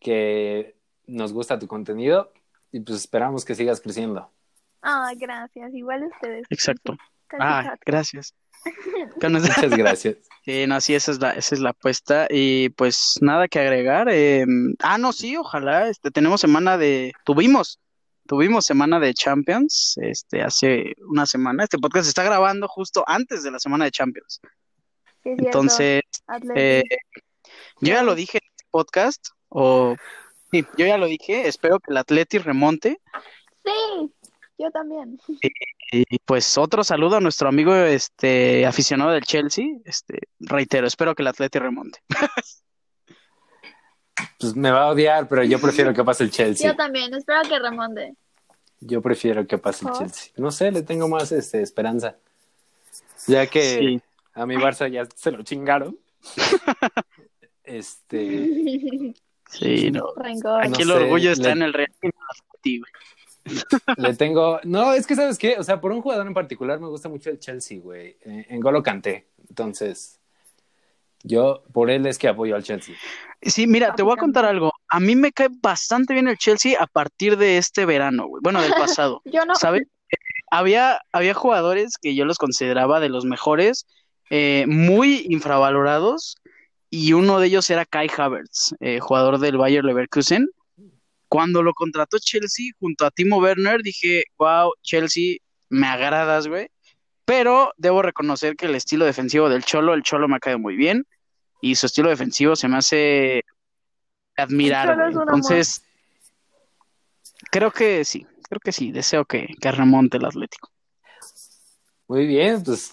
B: que nos gusta tu contenido y pues esperamos que sigas creciendo.
C: Ah, gracias. Igual ustedes.
A: Exacto.
C: Casi,
A: Ah,
C: casi.
A: gracias. Con eso-
B: Muchas gracias.
A: Sí, no, sí, esa es la, esa es la apuesta. Y pues nada que agregar. eh, ah, no, sí, ojalá. Este, tenemos semana de. Tuvimos. Tuvimos semana de Champions. Este, hace una semana. Este podcast se está grabando justo antes de la semana de Champions.
C: Sí, es cierto.
A: Entonces,
C: Atleti.
A: eh, yo ya lo dije en este podcast. O. Sí, yo ya lo dije. Espero que el Atleti remonte.
C: Sí, yo también.
A: Y pues otro saludo a nuestro amigo este aficionado del Chelsea. Este, reitero, espero que el Atleti remonte.
B: Pues me va a odiar, pero yo prefiero que pase el Chelsea.
C: Yo también. Espero que remonte.
B: Yo prefiero que pase el
C: Oh.
B: Chelsea. No sé, le tengo más este, esperanza. Ya que
A: Sí.
B: a mi Barça ya se lo chingaron. este.
A: Sí, no.
C: Rencor.
A: Aquí
B: No
A: el
B: sé,
A: orgullo
B: le-
A: está en el Real y en el Atleti, güey.
B: Le tengo. No, es que sabes qué. O sea, por un jugador en particular me gusta mucho el Chelsea, güey. Eh, En Golo canté. Entonces, yo por él es que apoyo al Chelsea.
A: Sí, mira, te voy a contar algo. A mí me cae bastante bien el Chelsea a partir de este verano, güey. Bueno, del pasado,
C: Yo no.
A: ¿sabes? Eh, Había, había jugadores que yo los consideraba de los mejores, eh, muy infravalorados, y uno de ellos era Kai Havertz, eh, jugador del Bayer Leverkusen. Cuando lo contrató Chelsea junto a Timo Werner, dije, wow, Chelsea, me agradas, güey. Pero debo reconocer que el estilo defensivo del Cholo, el Cholo me ha caído muy bien. Y su estilo defensivo se me hace admirar.
C: El Cholo
A: güey.
C: es un amor.
A: Entonces, creo que sí, creo que sí. Deseo que, que remonte el Atlético.
B: Muy bien, pues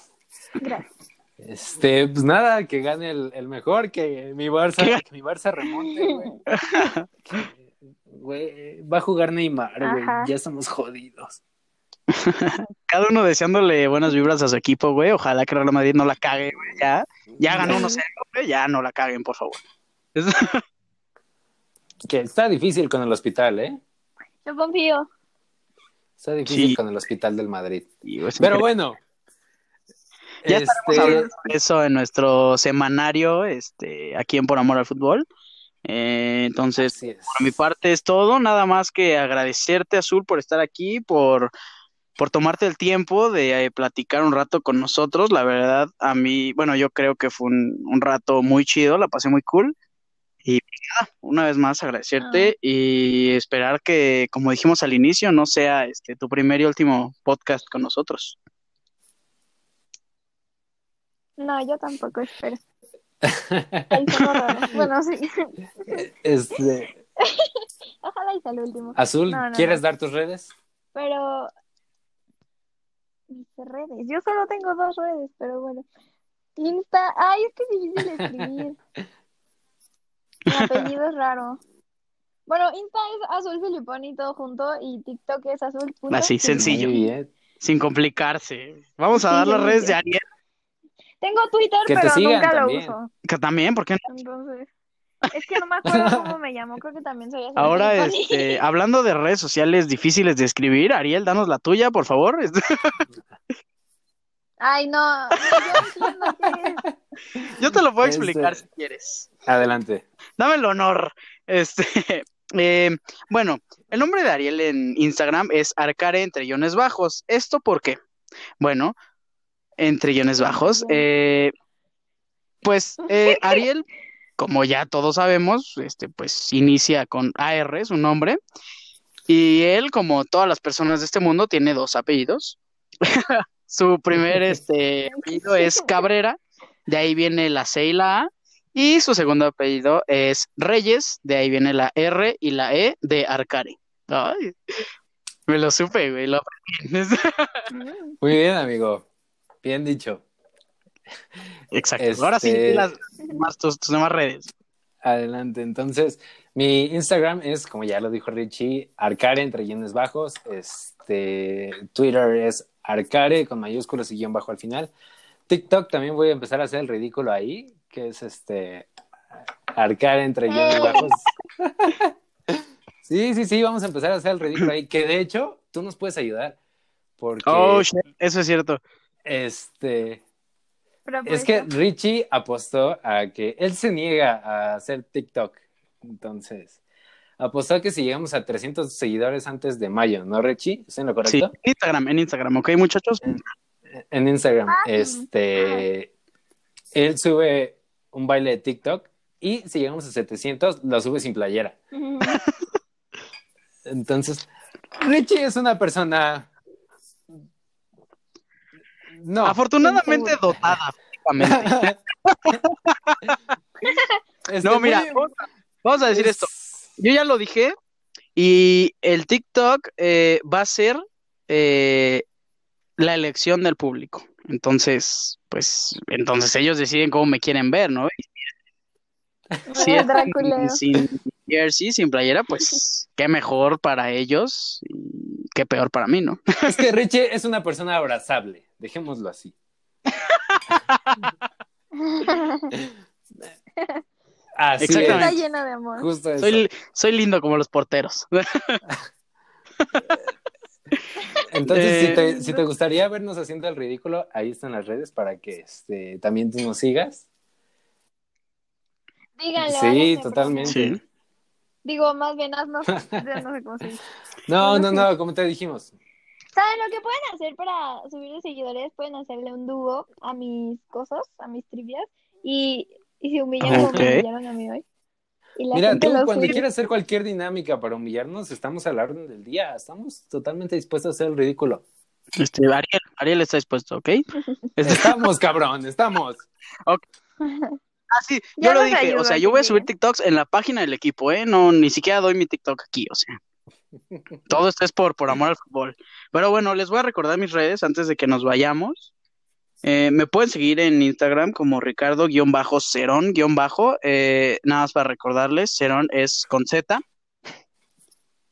C: Gracias.
B: Este, pues nada, que gane el, el mejor, que mi Barça,
A: ¿Qué?
B: que mi Barça remonte, güey. Que, güey, va a jugar Neymar, güey.
C: Ajá.
B: Ya estamos jodidos.
A: Cada uno deseándole buenas vibras a su equipo, güey. Ojalá que Real Madrid no la cague, güey. Ya, ya ganó 1-0, güey. Ya Ah, no la caguen, por favor. Es-
B: Que está difícil con el hospital, ¿eh?
C: Yo confío.
B: Está difícil
A: Sí.
B: con el hospital del Madrid.
A: Y, güey,
B: Pero bueno.
A: Ya estaremos
B: este,
A: hablando de eso en nuestro semanario, este, aquí en Por Amor al Fútbol. Eh, entonces,
B: así es.
A: Por mi parte es todo, nada más que agradecerte, Azul, por estar aquí, por, por tomarte el tiempo de eh, platicar un rato con nosotros. La verdad, a mí, bueno, yo creo que fue un, un rato muy chido, la pasé muy cool. Y pues, nada, una vez más agradecerte y esperar que, como dijimos al inicio, no sea este tu primer y último podcast con nosotros.
C: No, yo tampoco espero. Ahí somos raros. bueno, sí.
B: Este,
C: Ojalá y sea el último.
B: Azul,
C: No, no,
B: ¿quieres dar tus redes?
C: Pero. Mis redes. Yo solo tengo dos redes, pero bueno. Insta. Ay, es que es difícil de escribir. Mi apellido es raro. Bueno, Insta es Azul Filiponi todo junto y TikTok es Azul. punto
A: Así,
C: Filiponi.
A: sencillo.
B: Muy bien.
A: Sin complicarse. Vamos a
C: Sí,
A: dar las
C: sí,
A: redes
C: sí.
A: de Ariel,
C: Tengo Twitter,
B: Que te
C: pero
B: sigan
C: nunca
B: también.
C: lo uso.
A: que también, ¿por qué no?
C: Entonces. Es que no me acuerdo cómo me llamó. Creo que también soy Azul
A: Ahora,
C: Filiponi.
B: eh,
A: este, hablando de redes sociales difíciles de escribir, Ariel, danos la tuya, por favor. Este,
C: Ay, no. Yo entiendo que es.
A: Yo te lo puedo
B: Este-
A: explicar si quieres.
B: Adelante.
A: Dame el honor. Este, eh, bueno, el nombre de Ariel en Instagram es Arcare entre guiones bajos. ¿Esto por qué? Bueno, entre guiones bajos. eh, pues eh, Ariel, como ya todos sabemos, este, pues inicia con AR, su nombre. Y él, como todas las personas de este mundo, tiene dos apellidos. su primer este, apellido es Cabrera, de ahí viene la C y la A. Y su segundo apellido es Reyes, de ahí viene la R y la E de Arcari. Ay, me lo supe, güey, lo aprendí.
C: Mm.
B: Muy bien, amigo. Bien dicho.
A: Exacto.
B: Este-
A: Ahora sí, las, más tus, tus demás redes.
B: Adelante. Entonces, mi Instagram es, como ya lo dijo Richie, Arcare entre guiones bajos. Este, Twitter es Arcare con mayúsculas y guión bajo al final. TikTok también voy a empezar a hacer el ridículo ahí, que es este Arcare entre guiones
C: Ey.
B: bajos. sí, sí, sí, vamos a empezar a hacer el ridículo ahí, que de hecho tú nos puedes ayudar. Porque
A: Oh, shit, eso es cierto.
B: este
C: Pero
B: es
C: pues,
B: que Richie apostó a que él se niega a hacer TikTok. Entonces, apostó a que si llegamos a 300 seguidores antes de mayo, ¿no, Richie? ¿Estoy en lo
A: Sí,
B: correcto?
A: en Instagram, en Instagram, ¿ok, muchachos?
B: En Instagram,
C: Ay.
B: este, él sube un baile de TikTok y si llegamos a 700, lo sube sin playera.
C: mm,
B: Entonces, Richie es una persona... No.
A: Ah, Afortunadamente
C: seguro.
A: dotada, físicamente.
B: Este,
A: No, mira,
B: muy-
A: vamos a- vamos a decir esto. Yo ya lo dije y el TikTok eh, va a ser eh, la elección del público. Entonces, pues, entonces ellos deciden cómo me quieren ver, ¿no? Y si
C: el
A: es
C: Draculeo.
A: sin, sin jersey, sin playera, pues qué mejor para ellos y qué peor para mí, ¿no?
B: Es que Richie es una persona abrazable, dejémoslo así. Así es,
C: Está
A: Exactamente.
C: lleno de amor.
B: Justo eso.
A: Soy, soy lindo como los porteros.
B: Entonces, si,
A: Eh,
B: te, si te gustaría vernos haciendo el ridículo, ahí están las redes para que este, también tú nos sigas.
C: Díganle.
B: sí,
C: háganle,
B: totalmente.
A: Sí.
C: porque- Digo, más bien haznos. Yo no sé cómo se dice.
B: No, no,
C: Bueno,
B: no, como te dijimos.
C: ¿Saben lo que pueden hacer para subir de seguidores? Pueden hacerle un dúo a mis cosas, a mis trivias. Y, y se humillan como
A: Ok.
C: me humillaron a mí hoy. Y la
B: Mira,
C: gente
B: tú
C: lo
B: cuando
C: sube.
B: quieras hacer cualquier dinámica para humillarnos, estamos a la orden del día. Estamos totalmente dispuestos a hacer el ridículo.
A: Este, Ariel, Ariel está dispuesto, ¿ok? Este-
B: Estamos, cabrón, estamos.
A: Ah, sí,
C: Ya
A: yo lo
C: los
A: dije, o
C: ayudo,
A: sea, yo voy a
C: sí.
A: subir TikToks en la página del equipo, ¿eh? No, ni siquiera doy mi TikTok aquí, o sea. Todo esto es por, por amor al fútbol. Pero bueno, les voy a recordar mis redes antes de que nos vayamos. Eh, me pueden seguir en Instagram como Ricardo-Cerón, guión bajo. Eh, nada más para recordarles, Cerón es con Z.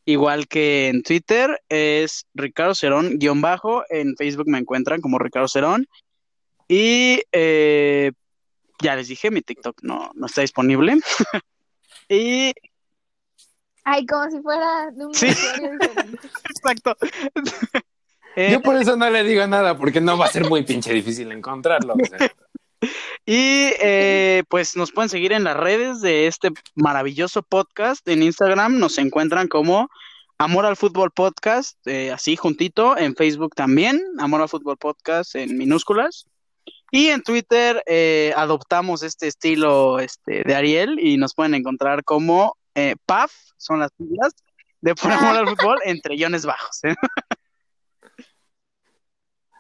A: Igual que en Twitter es Ricardo Cerón, guión bajo. En Facebook me encuentran como Ricardo Cerón. Y eh, ya les dije, mi TikTok no, no está disponible. y
C: Ay, como si fuera de un
A: Sí.
C: vestuario diferente.
A: exacto. Eh,
B: Yo por eso no le digo nada, porque no va a ser muy pinche difícil encontrarlo. o sea.
A: Y eh, pues nos pueden seguir en las redes de este maravilloso podcast. En Instagram nos encuentran como Amor al Fútbol Podcast, eh, así juntito. En Facebook también, Amor al Fútbol Podcast en minúsculas. Y en Twitter eh, adoptamos este estilo este, de Ariel y nos pueden encontrar como eh, PAF, son las siglas, de Por Amor al Fútbol, entre guiones bajos. ¿eh?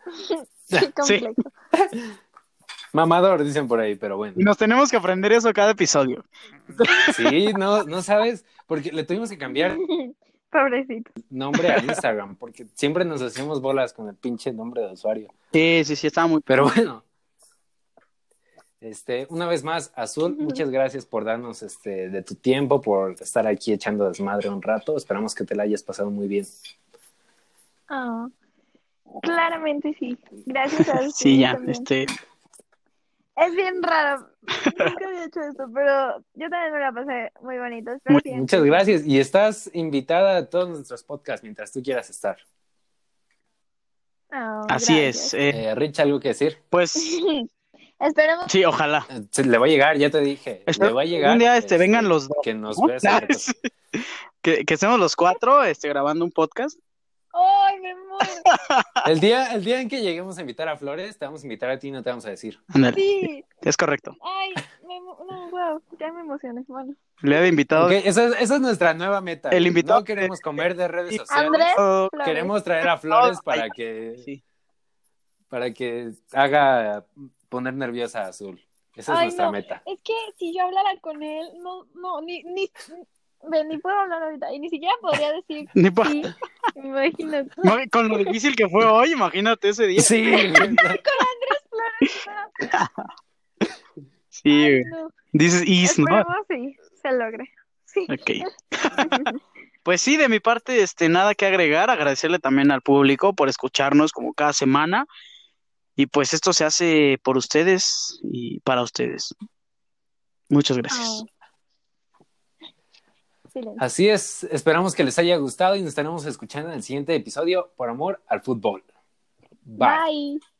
C: Qué
A: Sí.
C: complejo.
B: Mamador, dicen por ahí, pero bueno.
A: Y nos tenemos que aprender eso cada episodio.
B: Sí, no, no sabes, porque le tuvimos que cambiar
C: Pobrecito.
B: nombre a Instagram, porque siempre nos hacíamos bolas con el pinche nombre de usuario.
A: Sí, sí, sí, está muy...
B: Pero bueno. Este, una vez más, Azul, muchas gracias por darnos este de tu tiempo, por estar aquí echando desmadre un rato. Esperamos que te la hayas pasado muy bien.
C: Ah, Claramente sí. Gracias a
A: Sí,
C: ustedes
A: ya,
C: también.
A: este...
C: Es bien raro. Nunca había hecho esto, pero yo también me la pasé muy bonito. Espero
A: Muy-
C: que-
B: Muchas gracias y estás invitada a todos nuestros podcasts mientras tú quieras estar.
C: Ah,
A: Así es.
C: gracias.
A: eh,
B: Eh, Rich, ¿algo que decir?
A: pues
C: Esperemos
A: sí, ojalá.
B: Eh, se- Le va a llegar, ya te dije.
A: Espero
B: le va a llegar.
A: Un día este, vengan los dos.
B: Que nos
A: ¿no?
B: veas. abiertos.
A: Que, que estemos los cuatro este, grabando un podcast.
C: ¡Ay, me muero!
B: El día, el día en que lleguemos a invitar a Flores, te vamos a invitar a ti y no te vamos a decir.
A: Ándale,
C: Sí.
A: es correcto.
C: ¡Ay! Me, mu- no, wow. Ya me emocioné. Bueno.
A: Le he invitado.
B: Ok, esa, es, esa es nuestra nueva meta.
A: El invitado-
B: No queremos comer de redes sociales.
C: Andrés
A: Oh,
C: Flores.
B: Queremos traer a Flores para que,
A: sí.
B: para que haga poner nerviosa a Azul. Esa es
C: Ay,
B: nuestra
C: no.
B: meta.
C: Es que si yo hablara con él, no, no, ni, ni, ve, ni puedo hablar ahorita. Y ni siquiera podría decir
A: Ni pa-
C: sí. Me imagino.
A: No, Con lo difícil que fue hoy, imagínate ese día.
B: Sí,
A: Sí, güey.
C: No.
A: dices is, ¿no?
C: Esperemos sí, se logre. Sí.
A: Ok. Pues sí, de mi parte, este, nada que agregar. Agradecerle también al público por escucharnos como cada semana. Y pues esto se hace por ustedes y para ustedes. Muchas gracias.
C: Ah. Silencio.
B: así es. Esperamos que les haya gustado y nos estaremos escuchando en el siguiente episodio por amor al fútbol. Bye.
C: Bye.